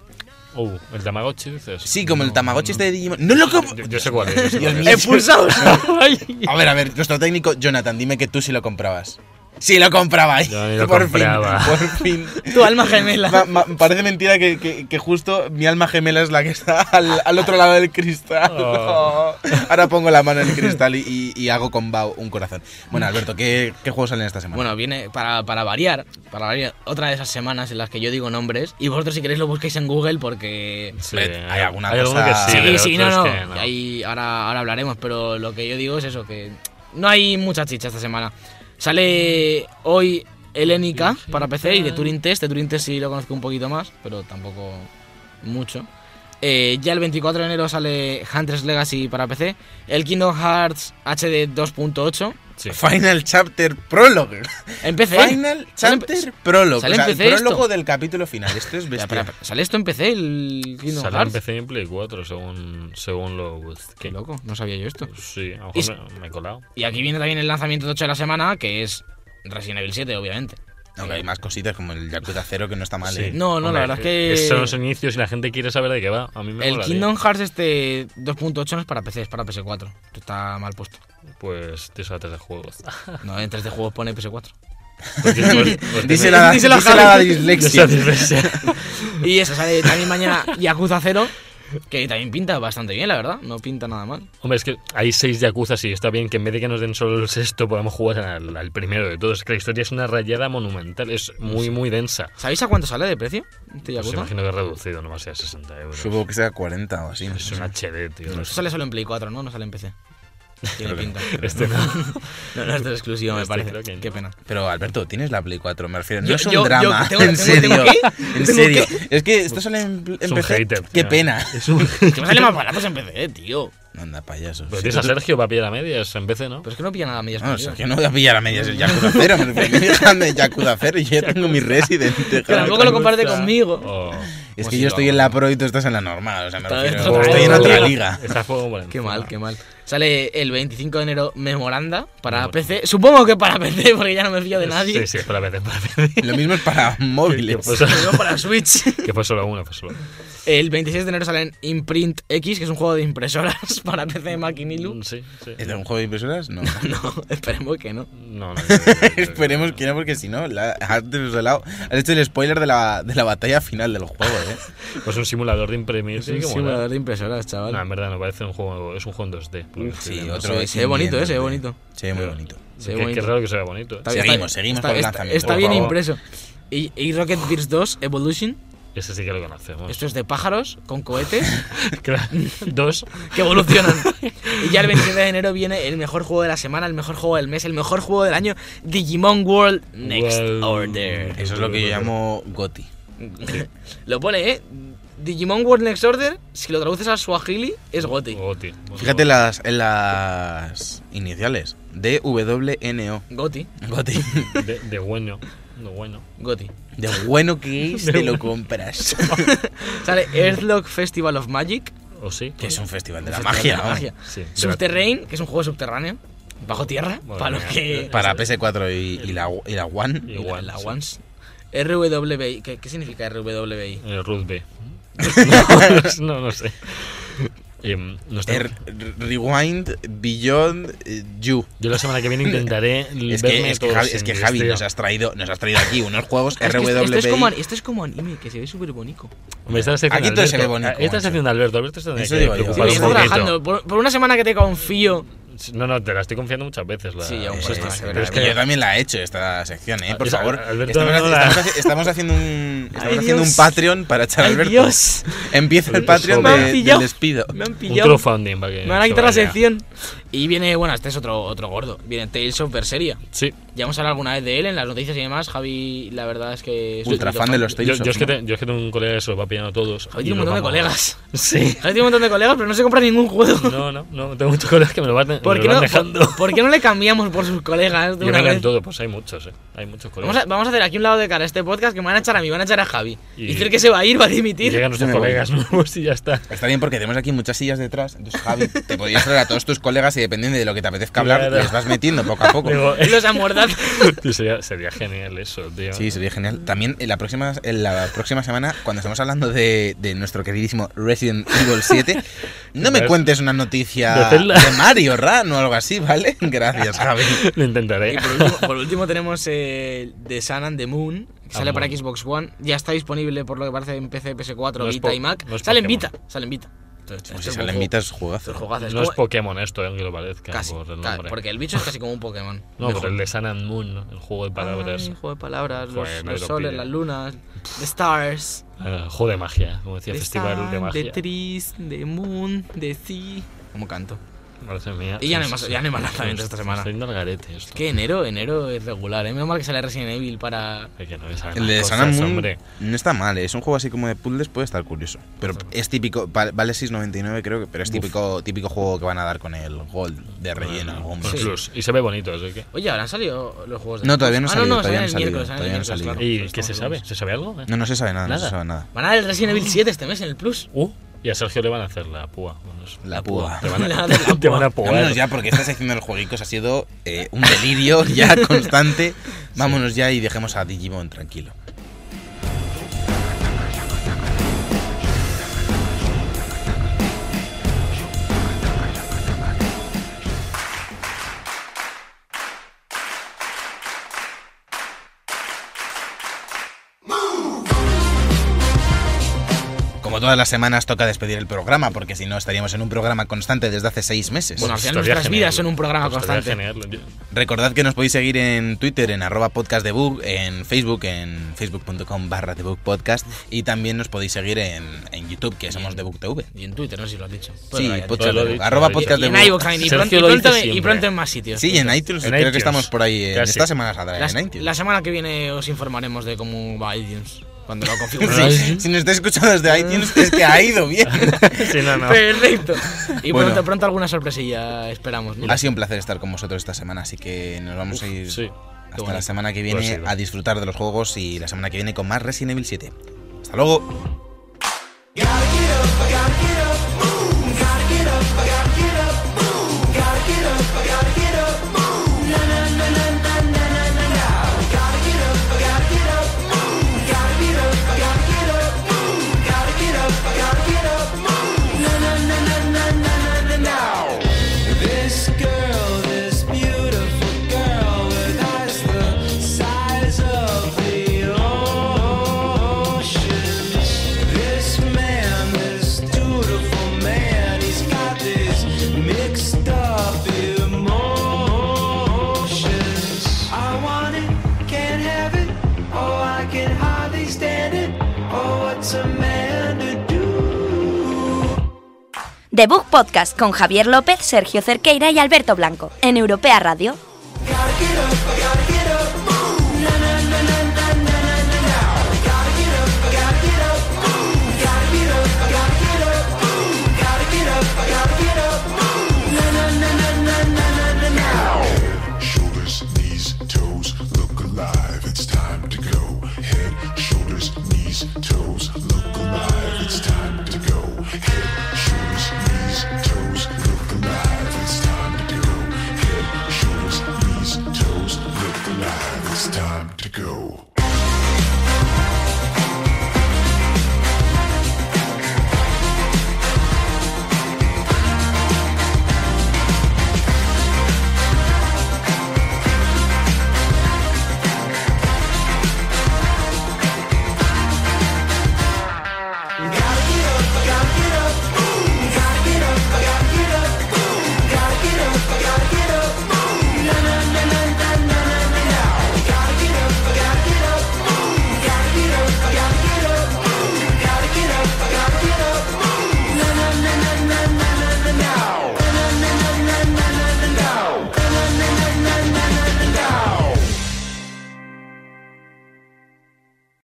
Uh, el Tamagotchi, dices. Sí, como el Tamagotchi este de Digimon. No lo comp- Yo, yo sé cuál es. yo sé Dios cuál mío. es. Expulsados. Ay. A ver, a ver, nuestro técnico Jonathan, dime que tú sí lo comprabas. Sí lo compraba. Yo ni lo por compraba. fin, por fin. Tu alma gemela. Ma- ma- parece mentira que, que- que justo mi alma gemela es la que está al, al otro lado del cristal. Oh. Ahora pongo la mano en el cristal y, y- y hago con Bao un corazón. Bueno, Alberto, ¿qué, qué juegos salen esta semana? Bueno, viene para, para variar, para variar, otra de esas semanas en las que yo digo nombres y vosotros si queréis lo busquéis en Google porque... Sí, Hay alguna hay alguno cosa- que sí, Sí, Ah, pero sí, no, otros no. que Y ahí ahora, ahora hablaremos, pero lo que yo digo es eso, que no hay mucha chicha esta semana. Sale hoy Helénica para PC y de Turing Test. De Turing Test sí lo conozco un poquito más, pero tampoco mucho. Eh, ya el 24 de enero sale Hunter's Legacy para PC. El Kingdom Hearts HD 2.8. Sí. Final Chapter Prologue. En PC. Final ¿Eh? Sale en- Chapter Prologue. sale O sea, en el PC esto. prólogo del capítulo final. Esto es Espera, bestia. espera, espera. ¿Sale esto en PC el Kingdom Salió en Hearts? PC y en Play 4, según, según lo Qué que- loco, no sabía yo esto. Sí, a lo Y s- mejor me, me he colado. Y aquí viene también el lanzamiento de 8 de la semana, que es Resident Evil 7, obviamente. Aunque hay más cositas como el Yakuza 0 que no está mal. Sí. ¿eh? No, no, la verdad es que- Esos son los inicios y la gente quiere saber de qué va. A mí me El molaría. Kingdom Hearts este 2.8 no es para PC, es para PS4. Esto está mal puesto. Pues te saltas de juegos. No, en 3D juegos pone PS4. pues, Díselo a la- Díselo a díselo a la Javi. dislexia. Y eso, sale también mañana Yakuza 0, que también pinta bastante bien, la verdad. No pinta nada mal. Hombre, es que hay seis yakuzas y está bien que en vez de que nos den solo el sexto, podamos jugar al, al primero de todos. Es que la historia es una rayada monumental, es muy, muy densa. ¿Sabéis a cuánto sale de precio este Pues Yakuza? imagino que es reducido, no más sea 60 euros. Supongo que sea 40 o así. no Es sé. un HD, tío. Esto sale solo en Play 4, ¿no? No sale en PC. Tiene pinta. Este no. No, no, esto es exclusivo, me Este creo parece. que no. Qué pena. Pero Alberto, tienes la Play 4, me refiero. No Yo- es un yo- yo drama. tengo- en tengo- serio. tengo que- En tengo serio. Es que esto sale en, en Es un PC. hater. Qué tío. pena. Es un... Que me sale más baratos en PC, tío. Anda, payaso. Pero Sí, tienes a tú- Sergio para pillar a medias en vez, ¿no? Pero es que no pilla nada a Ah, medias. No, o medidas. sea, que no voy a pillar a medias el Yakuza 0. Me refiero déjame Yakuza 0 y yo ya tengo mi Resident. Que déjame. tampoco lo comparte conmigo. Oh. Es Pues que sí, yo lo estoy hago. en la pro y tú estás en la normal. O sea, me Pero refiero. esto- Estoy en Oh. otra liga. Está fuego por Qué encima. mal, qué mal. Sale el 25 de enero Memoranda para PC. Supongo que para PC, porque ya no me fío de nadie. Sí, sí, para PC, para PC. Lo mismo es para Que móviles. pues fue solo- Pero para Switch. que fue solo uno, fue solo uno. El 26 de enero sale Imprint X, que es un juego de impresoras para PC, Mac y Mm, Nilu. Sí, sí. ¿Es de un juego de impresoras? No. No, esperemos que no. No, no. yo- yo- yo- yo- Esperemos que no, porque si no, la- has desvelado- has hecho el spoiler de la, de la batalla final del juego, ¿eh? Pues un simulador de imprimir. Es sí, un que mola. simulador de impresoras, chaval. No, en verdad no parece un juego, es un juego en 2D. por lo que estoy Sí, viendo. otro se- se ve bonito, independiente. eh, se ve bonito. Se ve muy bonito. Se ve Qué- bonito. Qué raro que se vea bonito. Está ¿eh? bien, Seguimos, está- seguimos está- con el está- lanzamiento, Está por bien favor. impreso. Y, y Rocket Bears 2 Evolution. Ese sí que lo conocemos. Esto es de pájaros con cohetes. Claro, Dos. que evolucionan. y ya el 27 de enero viene el mejor juego de la semana, el mejor juego del mes, el mejor juego del año, Digimon World Next Wow. Order. Eso es lo que yo llamo Goti. Lo pone, ¿eh? Digimon World Next Order, si lo traduces a Swahili, es Gothic. Goti. Fíjate en las, en las iniciales. D-W-N-O. Gothic, Goti. De, de bueno. De bueno. Gothic. De bueno que es, te lo compras. Sale Earthlock Festival of Magic. ¿O sí? que es un festival de la Festival de magia. la vamos. magia. Sí. de la- Subterrane, que es un juego subterráneo, bajo tierra, Madre para los mía. que... Para PS4 y, y la, y la One. y la, Igual. la sí. Ones. RWBI, ¿qué, ¿qué significa RWBI? Eh, Ruth B. no, no, sé. Em, no está- R- R- er, Rewind Beyond eh, You. Yo la semana que viene intentaré Es verme que, es que todos Javi, en este- es que Javi directo. nos, has traído, nos has traído aquí unos juegos Es que esto- RWB. esto, es como, esto es como anime, que se ve súper bonito. Hombre, esta es la sección Aquí de todo se ve Alberto. bonito, Esta es la macho. sección de Alberto. Alberto se tendría Eso que digo yo. Sí, preocupar Vale, estoy un poquito. trabajando. Por, por una semana que te confío, No, no, te la estoy confiando muchas veces. La, Sí, ya un esta- poco esta- más, pero pero es Pues Que que yo también la he hecho esta sección, ¿eh? Por Esa- favor. Alberto estamos, no la- estamos haci- estamos haciendo un, estamos Ay, haciendo un Dios. Patreon para echar a ¡Ay, Alberto. Dios! Empieza el Me Patreon han de- del pillado. despido. Me han Un pillado. crowdfunding para que. Me van a se quitar la vaya. sección. Y viene, bueno, este es otro, otro gordo. Viene Tales of Berseria. Sí. Ya hemos hablado alguna vez de él en las noticias y demás. Javi, la verdad es que. es un Ultra poquito fan de los Yo, Tales yo es of, que ¿no? te- yo es que tengo un colega que se los va pillando a todos. Javi y tiene un los montón de vamos- colegas. Sí. Javi tiene un montón de colegas, pero no se compra ningún juego. No, no, no. Tengo muchos colegas que me lo van, me ¿Por lo qué, van no, dejando. por, por qué no le cambiamos por sus colegas de Que una vengan vez? todos, pues hay muchos, eh. Hay muchos colegas. Vamos a, vamos a hacer aquí un lado de cara a este podcast que me van a echar a mí, van a echar a Javi. Y- Y decir que se va a ir, va a Y dimitir. llegan nuestros Yo me voy. colegas nuevos y ya está. Está bien porque tenemos aquí muchas sillas detrás. Entonces, Javi, te podrías traer a todos tus colegas y dependiendo de lo que te apetezca hablar, Claro. les vas metiendo poco a poco. Digo, Los amordaza. tío, sería, sería genial eso, tío. Sí, sería genial. También en la próxima, en la próxima semana, cuando estemos hablando de, de nuestro queridísimo Resident Evil 7, no me Pues, cuentes una noticia de de, hacerla. Mario Ran o algo así, ¿vale? Gracias, Javi. Lo intentaré. Y por último, por último tenemos eh, The Sun and the Moon, que sale para Moon. Xbox One. Ya está disponible por lo que parece en PC, PS4, No es Vita po- y Mac. no es sale en Pokémon. Vita, sale en Vita. Entonces, Pues esto si es se un le juego- invitas esto es juegazo. un juegazo, es No es como- Pokémon esto, eh, aunque lo parezca. Casi, por el ca- nombre. porque el bicho es casi como un Pokémon. No, pero el juego. de Sun and Moon, ¿no? el juego de palabras. Ay, juego de palabras, los, Joder, los nadie lo soles, pilla. las lunas, the stars, Ah, juego de magia, como decía, the festival de sun, the magia. trees, the moon, the sea. Como canto. Madre mía. Y ya no hay más- ya no hay más lanzamientos esta semana. Estoy yendo al garete esto. Que enero, enero es regular, ¿eh? Menos mal que sale Resident Evil para... Es que no me saben El de las Sun cosas, and Moon hombre. no está mal, ¿eh? es un juego así como de puzzles, puede estar curioso. Pero es típico, va- vale 6.99 creo que, pero es típico, típico juego que van a dar con el gold de relleno. Bueno, algún con plus. plus. Y se ve bonito, así que. Oye, ¿habrán salido los juegos de No, todavía no Xbox? han Ah, no, no, salido, todavía no han salen el miércoles, salido, salen el todavía no miércoles, han claro. ¿Y Pues qué se estamos sabe? locos. ¿Se sabe algo? eh? No, no se sabe nada, no Nada. se sabe nada. Van a dar el Resident Evil 7 este mes en el Plus. Uh, y a Sergio le van a hacer la púa. Bueno, es- La púa. Te van Le a, van a hacer la te van a Vámonos puar. ya, porque esta sección de los jueguicos ha sido eh, un delirio ya constante. Vámonos ya y dejemos a Digimon tranquilo. Como todas las semanas toca despedir el programa, porque si no estaríamos en un programa constante desde hace seis meses. Bueno, al final Estaría nuestras genial. vidas son un programa Estaría constante. genial. Recordad que nos podéis seguir en Twitter, en arroba podcastdebug, en Facebook, en facebook.com barra debugpodcast y también nos podéis seguir en, en YouTube, que somos debugtv. Y en Twitter, no sé si lo has dicho. Pues Sí, lo has dicho. podcast lo he debug, dicho, arroba lo he dicho. podcast Y en debug. iBox también, y pronto, Sergio y, lo dice pronto, y siempre. pronto en más sitios. Sí, en iTunes, En creo iTunes. que estamos por ahí. en- Casi. esta semana saldrá La, en iTunes. la semana que viene os informaremos de cómo va iTunes. Cuando lo Sí, configuréis. iTunes. si nos estáis escuchando desde iTunes, es que ha ido bien. Sí, no, no. Perfecto. Y Bueno. pronto, pronto alguna sorpresilla esperamos. ¿no? Ha sido un placer estar con vosotros esta semana, así que nos vamos a ir Sí. Pues hasta la bonito. semana que Lo ha viene sido. a disfrutar de los juegos y la semana que viene con más Resident Evil 7. Hasta luego. This girl, this beautiful girl with eyes the size of the ocean. This man, this dutiful man, he's got these mixed up emotions. I want it, can't have it. Oh, I can hardly stand it. Oh, what's a man to do? The Book Podcast con Javier López, Sergio Cerqueira y Alberto Blanco en Europea Radio. Gotta get up, I gotta get